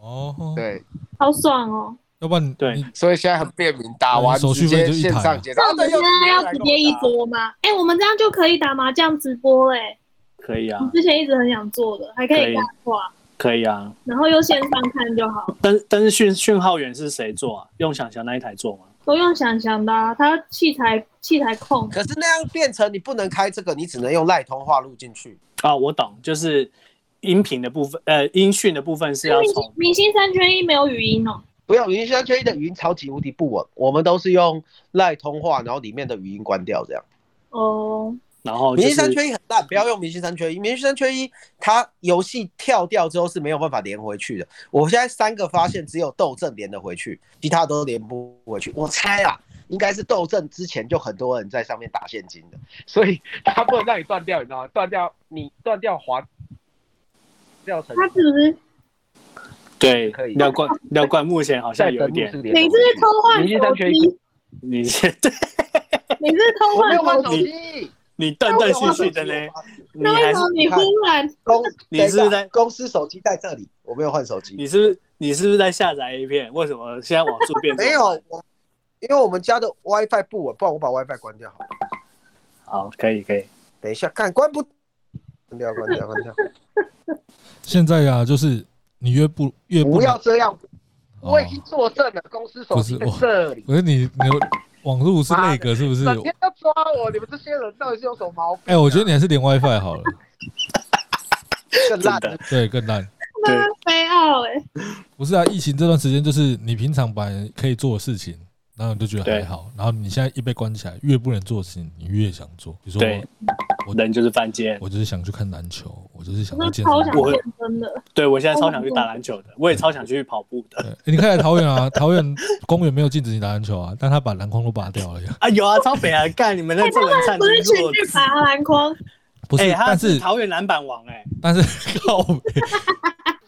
哦，，
对，
好爽哦！
要不然
对
你
所以现在很便民，打完
手续
直
费
接
就一台啊
线上结账，
那
啊对，
我们现
又
在要直接一
来跟我打
桌吗？哎、我们这样就可以打麻将直播嘞、
可以啊
我，之前一直很想做的，还可
可以
以打话，
可以啊。
然后又线上看就好，
但但是讯讯号源是谁做啊？用想想那一台做吗？
都用想想的、啊，他器材器材控。
可是那样变成你不能开这个，你只能用赖通话录进去。
啊，我懂，就是音频的部分，呃，音讯的部分是要
明星
从
明星三缺一没有语音哦，
不用语音三缺一的语音超级无敌不稳，我们都是用赖通话，然后里面的语音关掉这样。
哦，
然后就
明星三
是
缺一很烂，不要用明星三缺一。明星三缺一，它游戏跳掉之后是没有办法连回去的。我现在三个发现只有斗阵连得回去，其他都连不回去。我猜啊，应该是斗阵之前就很多人在上面打现金的，所以它不能让你断掉，你知道吗？断掉你断掉滑掉成
他是不是
对
可以
廖冠廖冠目前好像
在
有
登
一
录是
点，
连
每
不
次
回去
偷换
明星
手
三缺一
机？
你先对
每次偷
我没有
换
换
手
手
机，
机，
你断断续续的呢，你
那为
还
什
是
么你忽然
公
你是不是在
等一下公司手机在这里，我没有换手机。
你是不是你是不是在下载 A 片？为什么现在网速变
没有，我因为我们家的 WiFi 不稳，不然我把 WiFi 关掉好了。
好，可以可以。
等一下，看关不关掉，关掉，关掉。
现在啊，就是你越不越不
不
能
要这样，
哦
我已经作证了，公司手机在这里，
可是你你的网路是那个是不是？
整天要抓我，你们这些人到底是有什么毛 病？
哎、我觉得你还是连 WiFi 好了，
更烂的，
对，更烂。
对
他妈飞奥哎、
不是啊，疫情这段时间就是你平常本来可以做的事情，然后你就觉得还好，然后你现在一被关起来，越不能做的事情，你越想做。比如说
对
我，
人就是犯贱。
我就是想去看篮球，我就是想
我
去
是
健
超
身
想
房。
我
健身的，
对我现在超想去打篮球的，我也超想去跑步的
对，欸你看来桃园啊， 桃园公园没有禁止你打篮球啊，但他把篮筐都拔掉了呀。
啊！有啊，超北啊！干你们那郑文灿
不是
真
去
弱
去爬篮筐，
不是，
哎，他
但
是
是
桃园篮板王哎，
但是 靠北，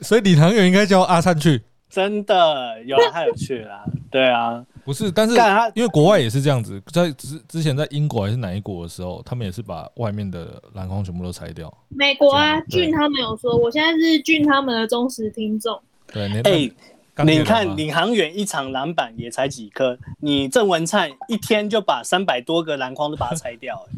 所以李唐远应该叫阿灿去，
真的有啊，他有去啦。对啊，
不是？但是
干他
因为国外也是这样子，在之之前在英国还是哪一国的时候，他们也是把外面的篮筐全部都拆掉。
美国啊，
对
俊他们有说，我现在是俊他们的忠实听众，
对，你
哎，
钢铁
你
人
看
嘛
领航员一场篮板也才几颗，你郑文灿一天就把三百多个篮筐都把它拆掉哎。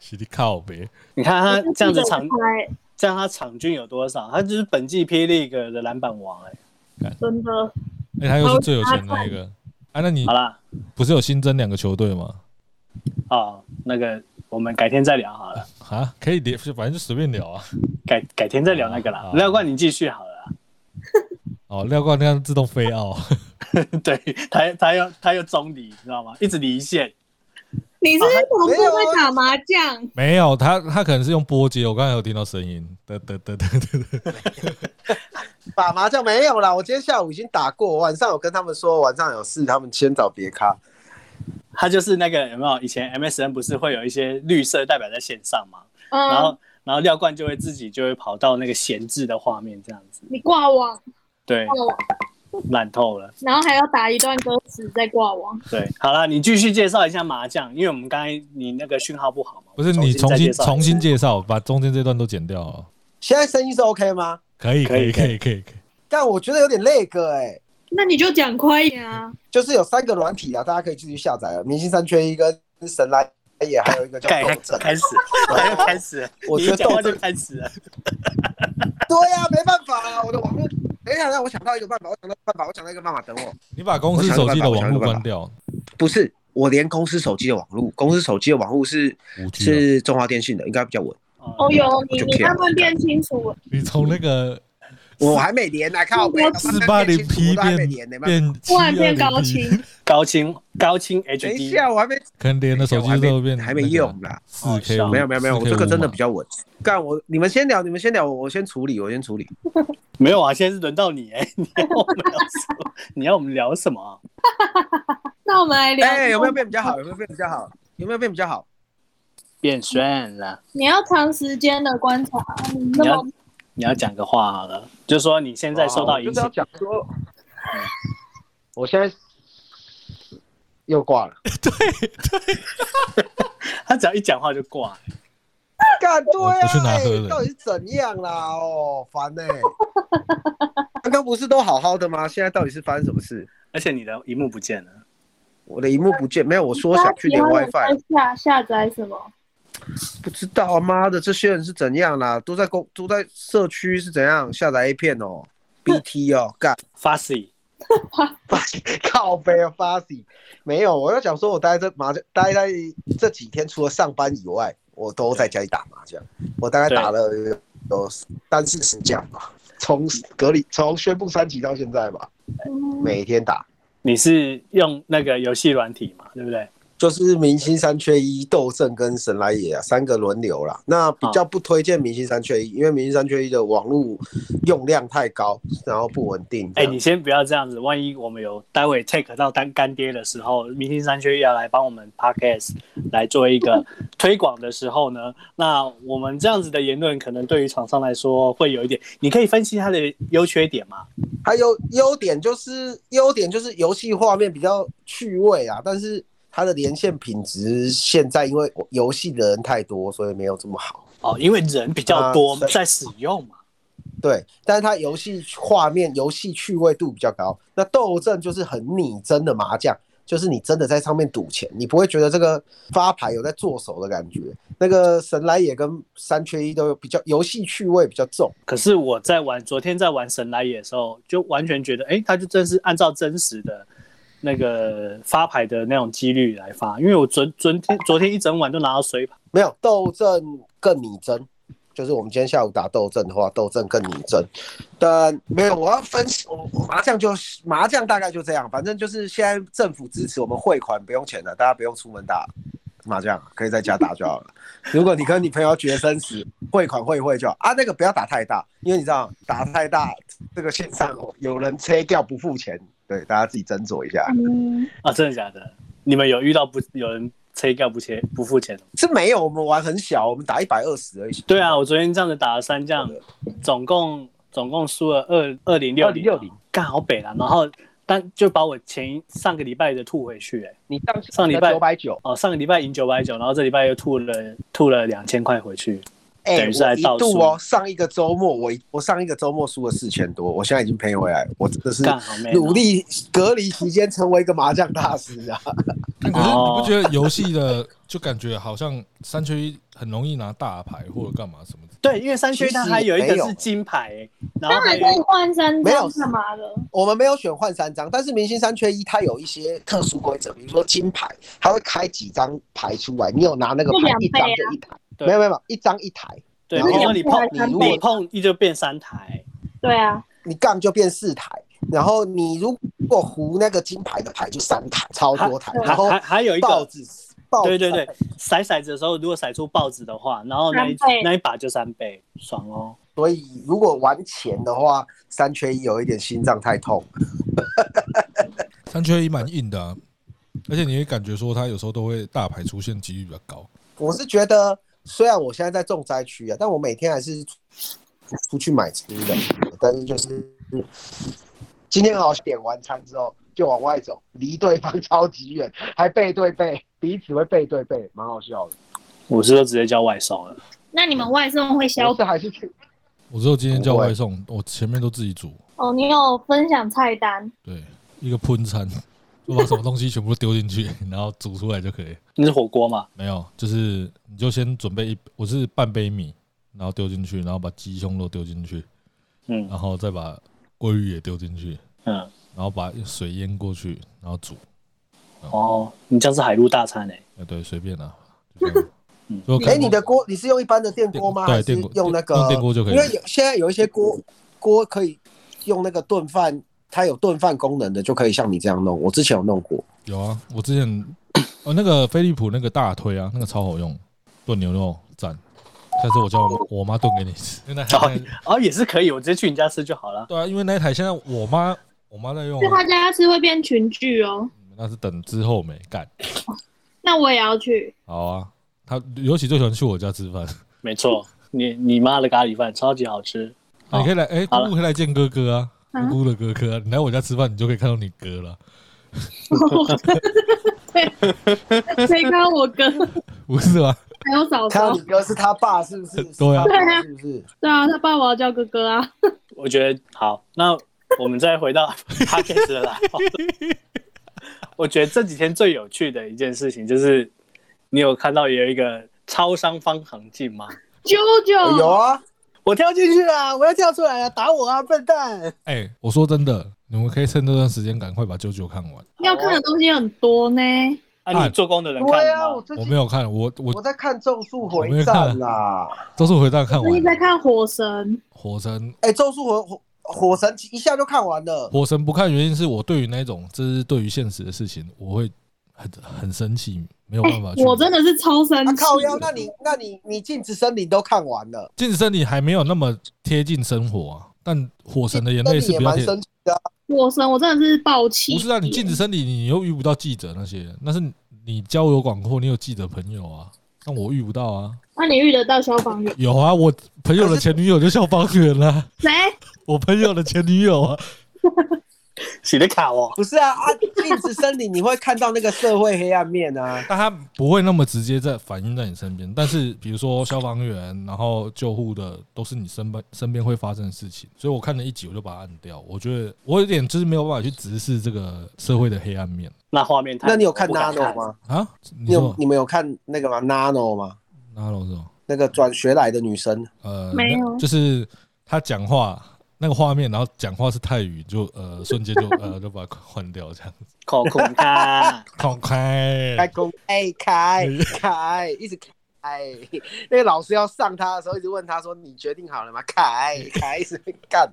是你靠呗，
你看他这样子场
我记得我拍
这样他场均有多少？他就是本季霹雳个的篮板王哎、
嗯
真的
哎、他又是最有钱的那个。啊，那你
好啦，
不是有新增两个球队吗？
哦，那个我们改天再聊好了。
啊，可以聊，反正就随便聊啊。
改改天再聊那个啦
好。
廖冠，你继续好了啦。
哦，廖冠那样自动飞奥，啊
对他，他又他又中离，你知道吗？一直离线。
你是不是同步
啊
在打麻将？
没有他，他可能是用波接，我刚才有听到声音，得得得得得得，
打麻将没有啦，我今天下午已经打过，晚上有跟他们说晚上有事，他们先找别咖。
他就是那个有没有？以前 MSN 不是会有一些绿色代表在线上吗？然
嗯，
后然后廖冠就会自己就会跑到那个闲置的画面这样子，
你挂网，
对
挂，网，
懒透了。
然后还要打一段歌词再挂网。
对，好啦，你继续介绍一下麻将，因为我们刚才你那个讯号不好嘛。
不是你重
再
新
介绍一下
重新介绍，把中间这段都剪掉啊。
现在声音是 OK 吗？
可以
可
可
以
以可以可以可以，
但我觉得有点那个哎、
那你就讲快一点啊！
就是有三个软体啊，大家可以继续下载啊，明星三缺一跟神来也，还有一个叫
盖
斗阵。
开始，他又开始了，
我
你
觉
一
得
讲话
斗
就
阵，
开始 了。
对呀、没办法啊，我的网络。等一下，让我想到一个办法，我想到一个办法，我想到一个办法，等我。
你把公司手机的网络关掉，
不是，我连公司手机的网络，公司手机的网络是
五 G 啊。
是中华电信的，应该比较稳。
哦
哟，
哟，你你那么变清楚了，
你从那个
我还没连呢，靠北，
四八零 P
我都还没
变
连呢。
变
突然变
720
高
P
清，
高清高清
等一
HD，
下，我还没，
可能连的手机都变
还没用啦。
四 K，
哦
没有没有没有，我这个真的比
较
较稳。干我，你们先聊，你们先聊，我我先处理，我先处理。
没有啊，现在是轮到你哎， 你要我们聊什么？你要我们聊什么啊？
那我们来聊。
哎，有没有变比较好？有没有变比较好？有没有变比较好？
变酸了，
你要长时间的观察，你那
你要
么
你要讲个话好了，就说你现在受
哦
到影响，
讲说，嗯我现在又挂了。
他只要一讲话就挂了。
干对
我我去拿
啊，
喝的
哎到底是怎样啦？哦，烦呢、刚刚不是都好好的吗？现在到底是发生什么事？
而且你的荧幕不见了，
我的荧幕不见，没有，我说想去连
大家喜
WiFi，
欢下下载什么？
不知道啊，妈的，这些人是怎样啦？都在公都在社区是怎样下载 A 片哦，BT 哦，干
Fussy，
发 靠背哦，发喜没有，我要讲说，我待在麻将，待在这几天，除了上班以外，我都在家里打麻将，我大概打了有三四十架吧，从隔离从宣布三级到现在吧。
嗯
每天打，
你是用那个游戏软体嘛，对不对？
就是明星三缺一、斗阵跟神来也啊，三个轮流啦。那比较不推荐明星三缺一，因为明星三缺一的网络用量太高，然后不稳定。
哎、你先不要这样子，万一我们有待会 take 到当干爹的时候，明星三缺一要来帮我们 podcast 来做一个推广的时候呢，那我们这样子的言论可能对于厂商来说会有一点，你可以分析它的优缺点嘛？
还有优点就是优点就是游戏画面比较趣味啊，但是它的连线品质现在因为游戏的人太多，所以没有这么好。
哦，因为人比较多
啊对
在使用嘛。
对，但是它游戏画面、游戏趣味度比较高。那斗阵就是很拟真的麻将，就是你真的在上面赌钱，你不会觉得这个发牌有在做手的感觉。那个神来也跟三缺一都有比较游戏趣味比较重，
可是我在玩，昨天在玩神来也的时候，就完全觉得，哎、它就真是按照真实的那个发牌的那种几率来发，因为我昨昨天昨天一整晚都拿到水牌，
没有斗阵更拟真。就是我们今天下午打斗阵的话，斗阵更拟真，但没有我要分析，我我麻将就是麻将大概就这样，反正就是现在政府支持我们汇款不用钱的，大家不用出门打麻将，可以在家打就好了。 如果你跟你朋友决生死，汇款汇一汇就好啊，那个不要打太大，因为你知道打太大，这个线上有人切掉不付钱，对，大家自己斟酌一下。
嗯，
啊，真的假的？你们有遇到不有人催掉不钱不付钱的吗？
是没有，我们玩很小，我们打一百二十而已。
对啊，我昨天这样子打了三将，总共总共输了二二零六零
2060，
干好北了，然后但就把我前一上个礼拜的吐回去、欸，
你上
上礼拜
九百九，
哦，上个礼拜赢九百九，然后这礼拜又吐了吐了两千块回去，
哎、
等于是在
我一
倒数
度哦，上一个周末我一我上一个周末输了四千多，我现在已经赔回来，我真的是
干好没哦
努力隔离期间成为一个麻将大师啊！
但可是
哦
你不觉得游戏的就感觉好像三缺一很容易拿大牌或者干嘛什么的？
对，因为三缺一它还有一
其实
个
没有
是金牌、欸然后
当
还
然
有
可以换三
没有
张干嘛的？
我们没有选换三张，但是明星三缺一，它有一些特殊规则，比如说金牌，它会开几张牌出来，你有拿那个
就
牌
两
一张
倍啊
就一台，
对
没有没有没有，一张一台，
对，
然后
比如说你碰
两
你如
台
果碰一就变三台，
对啊，
你杠就变四台，然后你如果胡那个金牌的牌就三台，超多台，
还
然后
还还有一
报
个，
纸报纸
对对对，骰骰子的时候如果骰出报纸的话，然后那一
三倍
那一把就三倍，爽哦。
所以如果玩钱的话，三缺一有一点心脏太痛。
三缺一蛮硬的、啊，而且你也感觉说他有时候都会大牌出现几率比较高。
我是觉得，虽然我现在在重灾区啊，但我每天还是出去买吃的，但是就是今天好像点完餐之后就往外走，离对方超级远，还背对背，彼此会背对背，蛮好笑的。
我是都直接叫外送了，
那你们外送会消
我是还是去
我只有今天叫
不会
外送，我前面都自己煮，
哦？你有分享菜单？
哦
对，一个喷餐，就把什么东西全部丢进去， 然后煮出来就可以。
你是火锅嘛？
没有，就是你就先准备一，我是半杯米，然后丢进去，然后把鸡胸肉丢进去，
嗯
然后再把鲑鱼也丢进去，
嗯，
然后把水淹过去，然后煮。
哦，你这样是海陆大餐哎、
呃，对，随便啦。就 这样
嗯
就
哎、
看
你的锅你是用一般的电
电
锅吗？
对
还是
电锅
用那个
用电锅就可以
因为有现在有一些锅锅可以用那个炖饭，它有炖饭功能的，就可以像你这样弄。我之前有弄过，
哦
有啊，我之前 哦那个飞利浦那个大推啊，那个超好用，炖牛肉赞。下次我叫我我妈炖给你吃，因为那
哦
台
哦，也是可以，我直接去你家吃就好了。
对啊，因为那一台现在我妈我妈在用
去
啊，
他家吃会变群聚哦。
那是等之后没干
那我也 要去，
好啊。她尤其最喜欢去我家吃饭，
没错，你你妈的咖喱饭超级好吃。
你可以来哎，
好了
姑姑可以来见哥哥啊，
啊
姑姑的哥哥啊，你来我家吃饭，你就可以看到你哥了。
谁看我哥
不是吗？
还有嫂
看到
嫂
你？哥是他爸是不是？
对啊
是他爸是不是？
对啊，他爸爸要叫哥哥啊。
我觉得好，那我们再回到 p o d c a s 的来话。我觉得这几天最有趣的一件事情就是，你有看到有一个超商方行进吗？
舅舅，
有啊，
我跳进去啊！我要跳出来啊！打我啊，笨蛋！
哎、我说真的，你们可以趁这段时间赶快把舅舅看完。
要看的东西很多呢。
啊，你做工的人看
对啊，
了
我
吗？
最
我
近
没有看，我我
我在看《咒术回
我没有
战啊
看》
啦。
都是回到看
最近
完
在看《火神
火神，
哎，《咒术回火火神》一下就看完了。
火神不看原因是我对于那种这是对于现实的事情，我会很很生气，没有》办法去。
哎我真的是超生
啊
气。
靠腰，那你那你你禁止森林都看完了，
近身体还没有那么贴近生活啊，但火神的眼
那
泪
你
是
也
比较
蛮
贴。
生气的啊。
火神，我真的是爆气。
不是啊，你禁止身体，你又遇不到记者那些，那是你交友广阔，你有记者朋友啊，但我遇不到啊。
那你遇得到消防员？
有啊，我朋友的前女友就消防员啦、
谁？
我朋友的前女友啊，
洗的卡哦，
不是啊啊！禁止森林，你会看到那个社会黑暗面啊。
但他不会那么直接在反映在你身边，但是比如说消防员，然后救护的都是你身边身边会发生的事情，所以我看了一集我就把它按掉。我觉得我有点就是没有办法去直视这个社会的黑暗面
那画面太……
那你有看
我不敢
Nano 吗？
啊。你
你有
说
你们有看那个吗？Nano 吗？
哪种是吗？
那个转学来的女生，
呃，
没有
那就是他讲话那个画面，然后讲话是泰语，就呃瞬间就呃就把它换掉这样 子。
口孔 卡，
好快，
开工哎 开开，一直开。那个老师要上他的时候，一直问他说：“你决定好了吗？”开开一直干。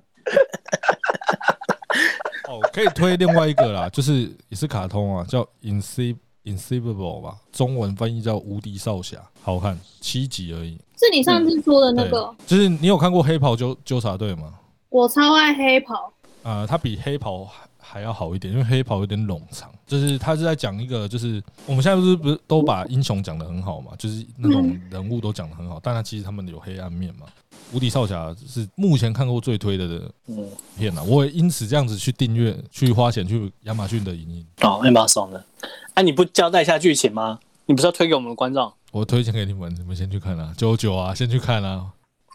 哦，可以推另外一个啦， 就是也是卡通啊，叫《Inci Invincible》吧，中文翻译叫《无敌少侠》，好看，七集而已。
是你上次说的
嗯
那
对，
个？
就是你有看过《黑袍纠纠察队》吗？
我超爱黑袍。
呃，它比黑袍还还要好一点，因为黑袍有点冗长，就是它是在讲一个，就是我们现在不是不是都把英雄讲得很好嘛，就是那种人物都讲得很好，但他其实他们有黑暗面嘛。无敌少侠是目前看过最推的的
嗯，
片了、啊我也因此这样子去订阅、去花钱去亚马逊的影音，
哦，那蛮爽的。哎，你不交代一下剧情吗？你不是要推给我们的观众？
我推荐给你们，你们先去看啊，九九啊，先去看啊。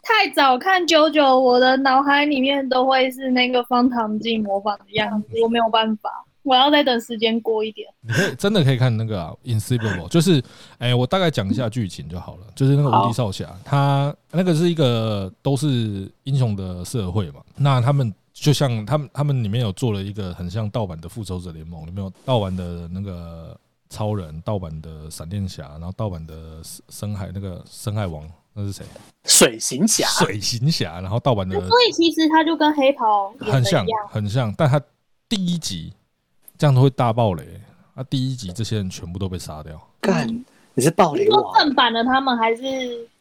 太早看九九，我的脑海里面都会是那个方唐镜模仿的样子，我没有办法，我要再等时间过一点。
你可以真的可以看那个啊，《Invincible》，就是，哎、我大概讲一下剧情就好了。就是那个无敌少侠，他那个是一个都是英雄的社会嘛，那他们就像他们他们里面有做了一个很像盗版的《复仇者联盟》，里面有盗版的那个超人、盗版的闪电侠，然后盗版的深深海那个深海王，那是谁？
水行侠，
水行侠，然后盗版的
所以其实它就跟黑袍演
呃很
的
像
一样，
很像，但他第一集这样都会大爆雷。他第一集这些人全部都被杀掉，
干，你是暴
你
雷
说
王，
正版的他们还是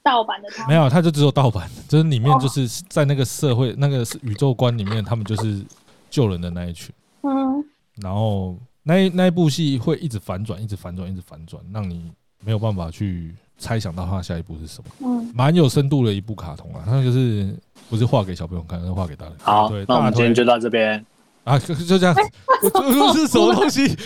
盗版的他
没
们？
有，他就只有盗版，就是里面就是在那个社会、那个宇宙观里面，他们就是救人的那一群。
嗯，
然后那一那一部戏会一直反转，一直反转，一直反转，让你没有办法去猜想到它下一步是什么，
嗯，
蛮有深度的一部卡通啊。它就是不是画给小朋友看，是画给大人看。
好
对，，
那我
大
们今
推
天就到这边。
啊，就就这 样子，我这是什么东西？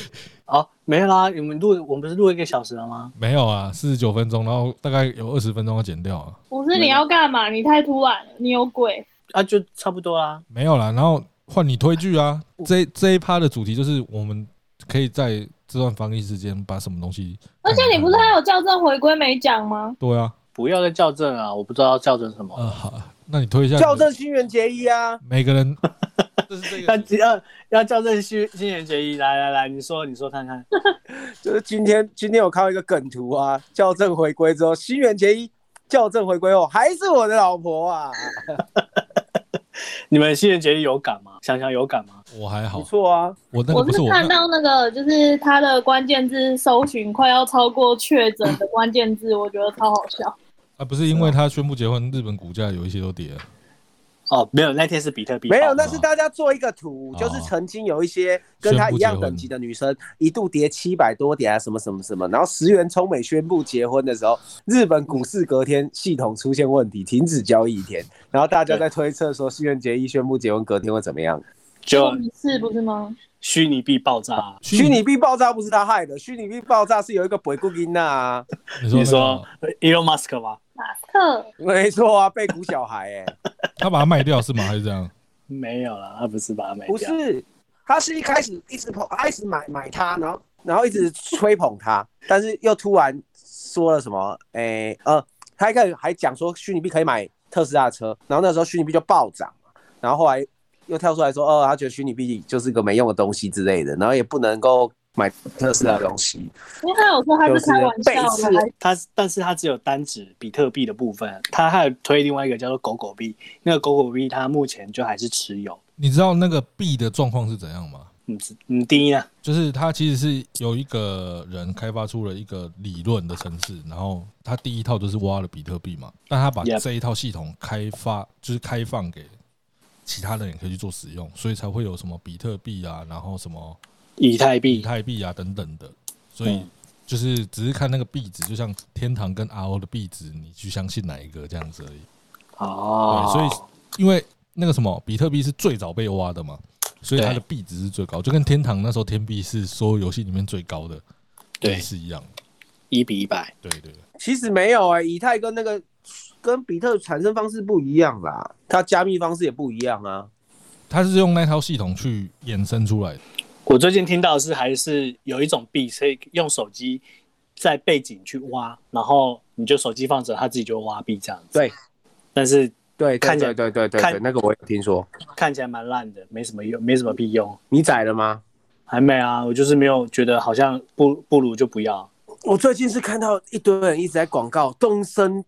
哦，没有啦，你们录，我们不是录一个小时了吗？
没有啊，四十九分钟，然后大概有二十分钟要剪掉啊，
不是你要干嘛？你太突然了，你有鬼。
啊，就差不多啦。
没有啦。然后换你推剧啊，这这一趴的主题就是我们可以在这段防疫时间把什么东西看
而
一看，
且你不是还有校正回归没讲吗？
对啊，
不要再校正啊！我不知道要校正什么。
呃好，那你推一下
校正新垣结衣啊，
每个人，这是这
要
个
要呃要校正新新垣结衣，来来来，你说你说看看。
就是今天今天我看到一个梗图啊，校正回归之后，新垣结衣校正回归后还是我的老婆啊，
你们新垣结衣有感吗？想想有感吗？
我还好
不，错啊，
我那个
我
不是
是
我
看
那，
到那个，就是它的关键字搜寻快要超过确诊的关键 字，我觉得超好笑。
啊，不是因为他宣布结婚，日本股价有一些都跌了。
哦，没有，那天是比特币爆
没
的。
有，那是大家做一个图，
哦
就是曾经有一些跟她一样等级的女生一度跌七百多点啊，什么什么什么，然后石原聪美宣布结婚的时候，日本股市隔天系统出现问题，停止交易一天，然后大家在推测说新垣结衣宣布结婚隔天会怎么样？
就
次不是吗？
虚拟币爆炸啊。
虚拟币爆炸不是他害的，虚拟币爆炸是有一个鬼谷音娜啊，
你
你
说那个
说
啊
Elon Musk 吗？
马克，
没错啊，被谷小孩哎、
他把它卖掉是吗？还是这样？
没有啦，他不是把它卖掉。
不是，他是一开始一直捧，他一直买买他，然后然后一直吹捧他，但是又突然说了什么，诶、呃，他一开始还讲说虚拟币可以买特斯拉的车，然后那时候虚拟币就暴涨嘛，然后后来又跳出来说，哦，他觉得虚拟币就是个没用的东西之类的，然后也不能够买特斯拉的东西，
因为他有说他
就是是
开玩
背
笑的，
刺
还
它但是它只有单指比特币的部分，它还有推另外一个叫做狗狗币，那个狗狗币它目前就还是持有。
你知道那个币的状况是怎样吗？
嗯，你第一呢？
就是他其实是有一个人开发出了一个理论的城市，然后他第一套就是挖了比特币嘛，但他把
Yep
这一套系统开发就是开放给其他人也可以去做使用，所以才会有什么比特币啊，然后什么
以太
以
币，
太币啊等等的，所以
嗯
就是只是看那个币值，就像天堂跟 RO 的币值，你去相信哪一个这样子而已。
哦
对，，所以因为那个什么，比特币是最早被挖的嘛，所以它的币值是最高，就跟天堂那时候天币是所有游戏里面最高的，
对
是一样的。
一比一百，
对对，对
其实没有哎、以太跟那个跟比特产生方式不一样啦，它加密方式也不一样啊。
它是用那套系统去衍生出来的。
我最近听到的是还是有一种币可以用手机在背景去挖，然后你就手机放着，它自己就挖币这样子。
对，
但是
对，对
看起来
对对对对
看
对，那个我有听说。
看起来蛮烂的，没什么用，没什么必用。
你宰了吗？
还没啊，我就是没有觉得好像不不如就不要。
我最近是看到一堆人一直在广告东升，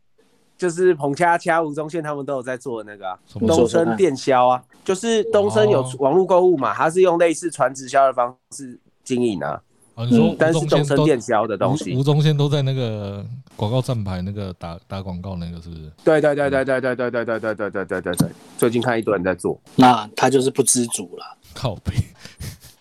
就是彭恰恰、吴宗宪他们都有在做的那个、啊、
什么
你说
东
说看
升电销啊，就是东升有
哦
网络购物嘛，它是用类似传直销的方式经营啊，
啊？你说
嗯
吴
但是
宗
东
宪
升
都
电销的东
吴
西
吴。宗宪都在那个广告站牌那个打打广告那个是不是？
对对对对对对对对对对对对对对对，最近看一堆人在做。
那他就是不知足了。
靠背，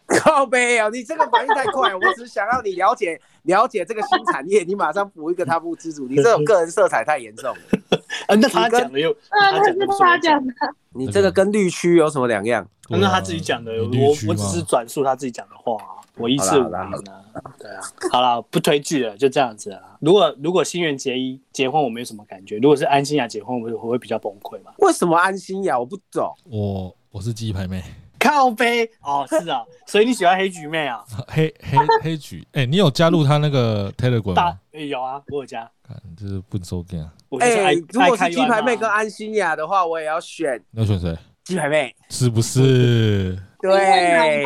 靠背哦，你这个反应太快，我只想让你了解了解这个新产业，你马上补一个他不知足，你这种个人色彩太严重了。
啊，那他讲的又，他
啊，那
讲的
是
不是
他
我讲的，
讲的，
你
嗯
这个跟绿区有什么两样？
对啊
那他自己讲的，
你
我
绿区
我
嘛
只是转述他自己讲的话啊，我一四五
好啦
零
好啦
啊，对啊，好啦，不推剧了，就这样子啦。如果如果新垣结衣结婚，我没有什么感觉；如果是安心雅啊结婚，我会我会比较崩溃嘛。
为什么安心呀？我不懂。
我我是鸡排妹，
靠背哦，是啊，所以你喜欢黑菊妹 啊？
黑黑黑菊，哎，你有加入他那个 Telegram
大
吗？
欸有啊，我有加，
看，这是不收干，
我就是
哎、
爱啊
如果是鸡排妹跟
哥，
安心雅的话，我也要选
你要选谁？
鸡排妹。
是不是？
你会买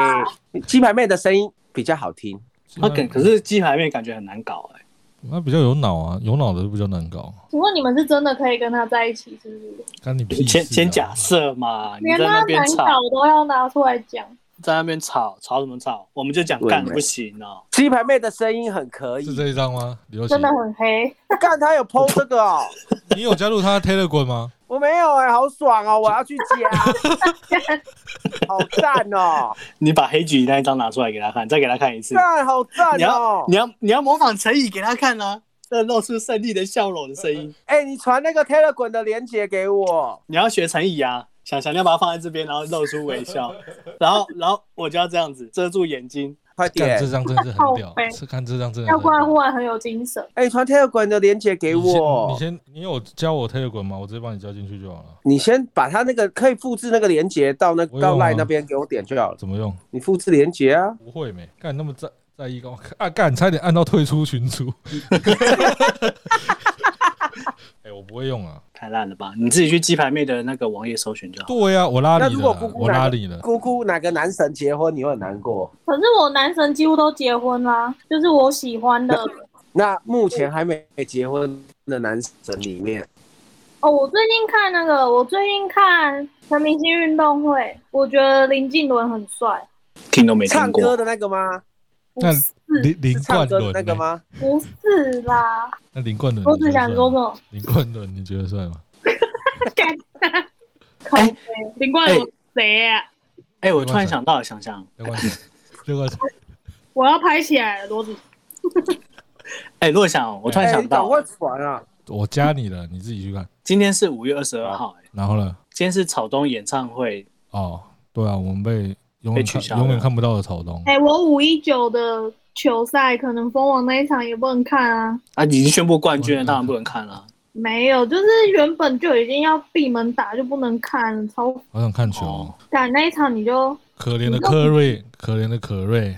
对，鸡排妹的声音比较好听，
他
嗯啊
可可是鸡排面感觉很难搞哎、
那比较有脑啊，有脑的比较难搞。
请问你们是真的可以跟他在一起，是不是？
干你屁事啊！
先先假设嘛，嗯你
连
在
他
那边
难
吵，
搞都要拿出来讲，
在那边吵吵什么吵？我们就讲
对
干
没
不行哦。
鸡排妹的声音很可
是
以，
这一张吗？刘琦
真，的很黑。
干她有 PO 这 个哦，
你有加入他的 Telegram 吗？
我没有哎，好爽哦，我要去 加，好赞哦，
你把黑菊那一张拿出来给他看，再给他看一次。
赞好赞
你要
哦，
你要你要模仿陈宇给他看啊，那露出胜利的笑容的声音。
哎，你传那个 Telegram 的链接给我，
你要学陈宇啊，想想你要把它放在这边，然后露出微笑，然后然后我就要这样子遮住眼睛。
快
干
点
这，张真的是很屌
靠，背
是看这张真的
要
很
不然忽
屌。
然很有精神。
哎，你传 Telegram 的链接给我
你，先，你先，你有加我 Telegram 吗？我直接帮你加进去就好了。
你先把它那个可以复制那个链接到那
我有
到
啊
Line 那边给我点就好了，
怎么用？
你复制链接啊，
不会没干那么在在意干嘛？ 啊干，差点按到退出群组。 哎，我不会用啊。
太烂了吧！你自己去鸡排妹的那个网页搜寻就好。
对呀，我拉
那
你
如
了
果
啦
姑，姑
我
来
拉
了
你了。
姑姑哪个男神结婚你会很难过，
可是我男神几乎都结婚啦、就是我喜欢的。
那目前还没结婚的男神里面。
哦，我最近看那个，我最近看《全明星运动会》，我觉得林敬伦很帅。
听都没
唱
听
歌
过。
的那个吗？
不
那
是，
林林
是唱
冠
歌的
伦欸
那个
呢
吗？
不是啦，
那林冠伦，
我只想说这，种
林冠伦你觉得帅吗？
干。靠北林冠伦谁啊呀、
哎、我突然想到，想想，
刘 冠伦，刘冠伦，
我要拍起来了，罗子。
哎、若想，我突然
哎
想
你赶
到，
快传啊！
我加你了，你自己去看。
今天是五月二十二号、哎，
然后呢？
今天是草东演唱会，
哦，对啊，我们被永
被
远
取消
看
了
永远看不到的草东。
哎、我五一九的球赛可能封王那一场也不能看啊。
啊，已经宣布冠军了，
嗯
当然不能看了、
没有，就是原本就已经要闭门打，就不能看，超
好想看球哦，
赶那一场你就
可怜的科瑞，可怜的可瑞，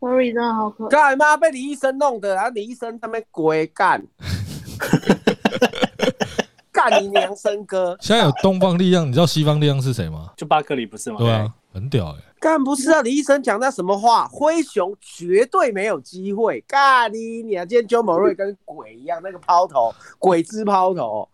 Curry 真的好可
干嘛被李医生弄的？然啊后李医生他们鬼 干，干你娘生哥！
现在有东方力量，你知道西方力量是谁吗？
就巴克利不是吗？
对啊，很屌哎、
干不是啊！李医生讲那什么话？灰熊绝对没有机会！干你娘！今天 Joe Murray 跟鬼一样，那个抛投，鬼之抛投。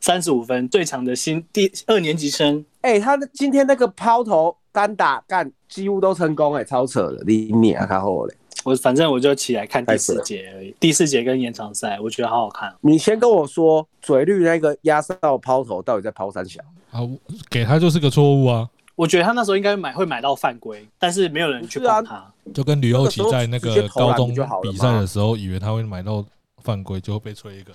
三十五分，最强的新第二年级生，
哎、他的今天那个抛投单打干几乎都成功哎、超扯的！你娘看后嘞！
我反正我就起来看第
太扯
四
了
节而已，第四节跟延长赛，我觉得好好看哦、
你先跟我说嘴绿那个压哨抛投到底在抛三小？
啊，我给他就是个错误啊，
我觉得他那时候应该买会买到犯规，但是没有人去碰他。
就跟吕佑奇在那
那
个高
个时候直接投篮
中
不就好了吗
比赛的时候，以为他会买到犯规，就被吹一个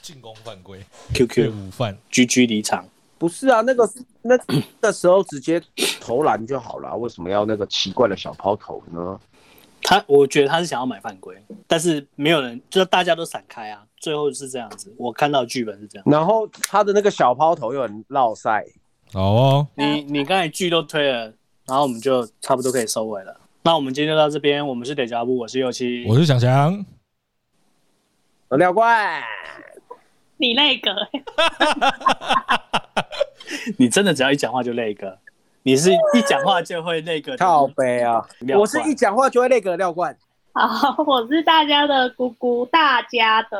进攻犯规，被
QQ
午犯。
GG 离场，
不是啊，那个那 那时候直接投篮就好了，为什么要那个奇怪的小抛投呢？
他我觉得他是想要买犯规，但是没有人，就是大家都闪开啊，最后是这样子。我看到剧本是这样，
然后他的那个小抛投又很绕赛，
好哦，
你你刚才剧都推了，然后我们就差不多可以收尾了。那我们今天就到这边，我们是得加布，我是右七，
我是想想，
呃廖怪，
你那个、
你真的只要一讲话就那个，你是一讲话就会那个
靠背啊！
廖冠
我是一讲话就会那个廖冠，
好，我是大家的姑姑，大家的，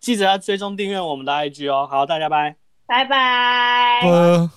记得要追踪订阅我们的 IG 哦。好，大家拜。
拜拜。
呃。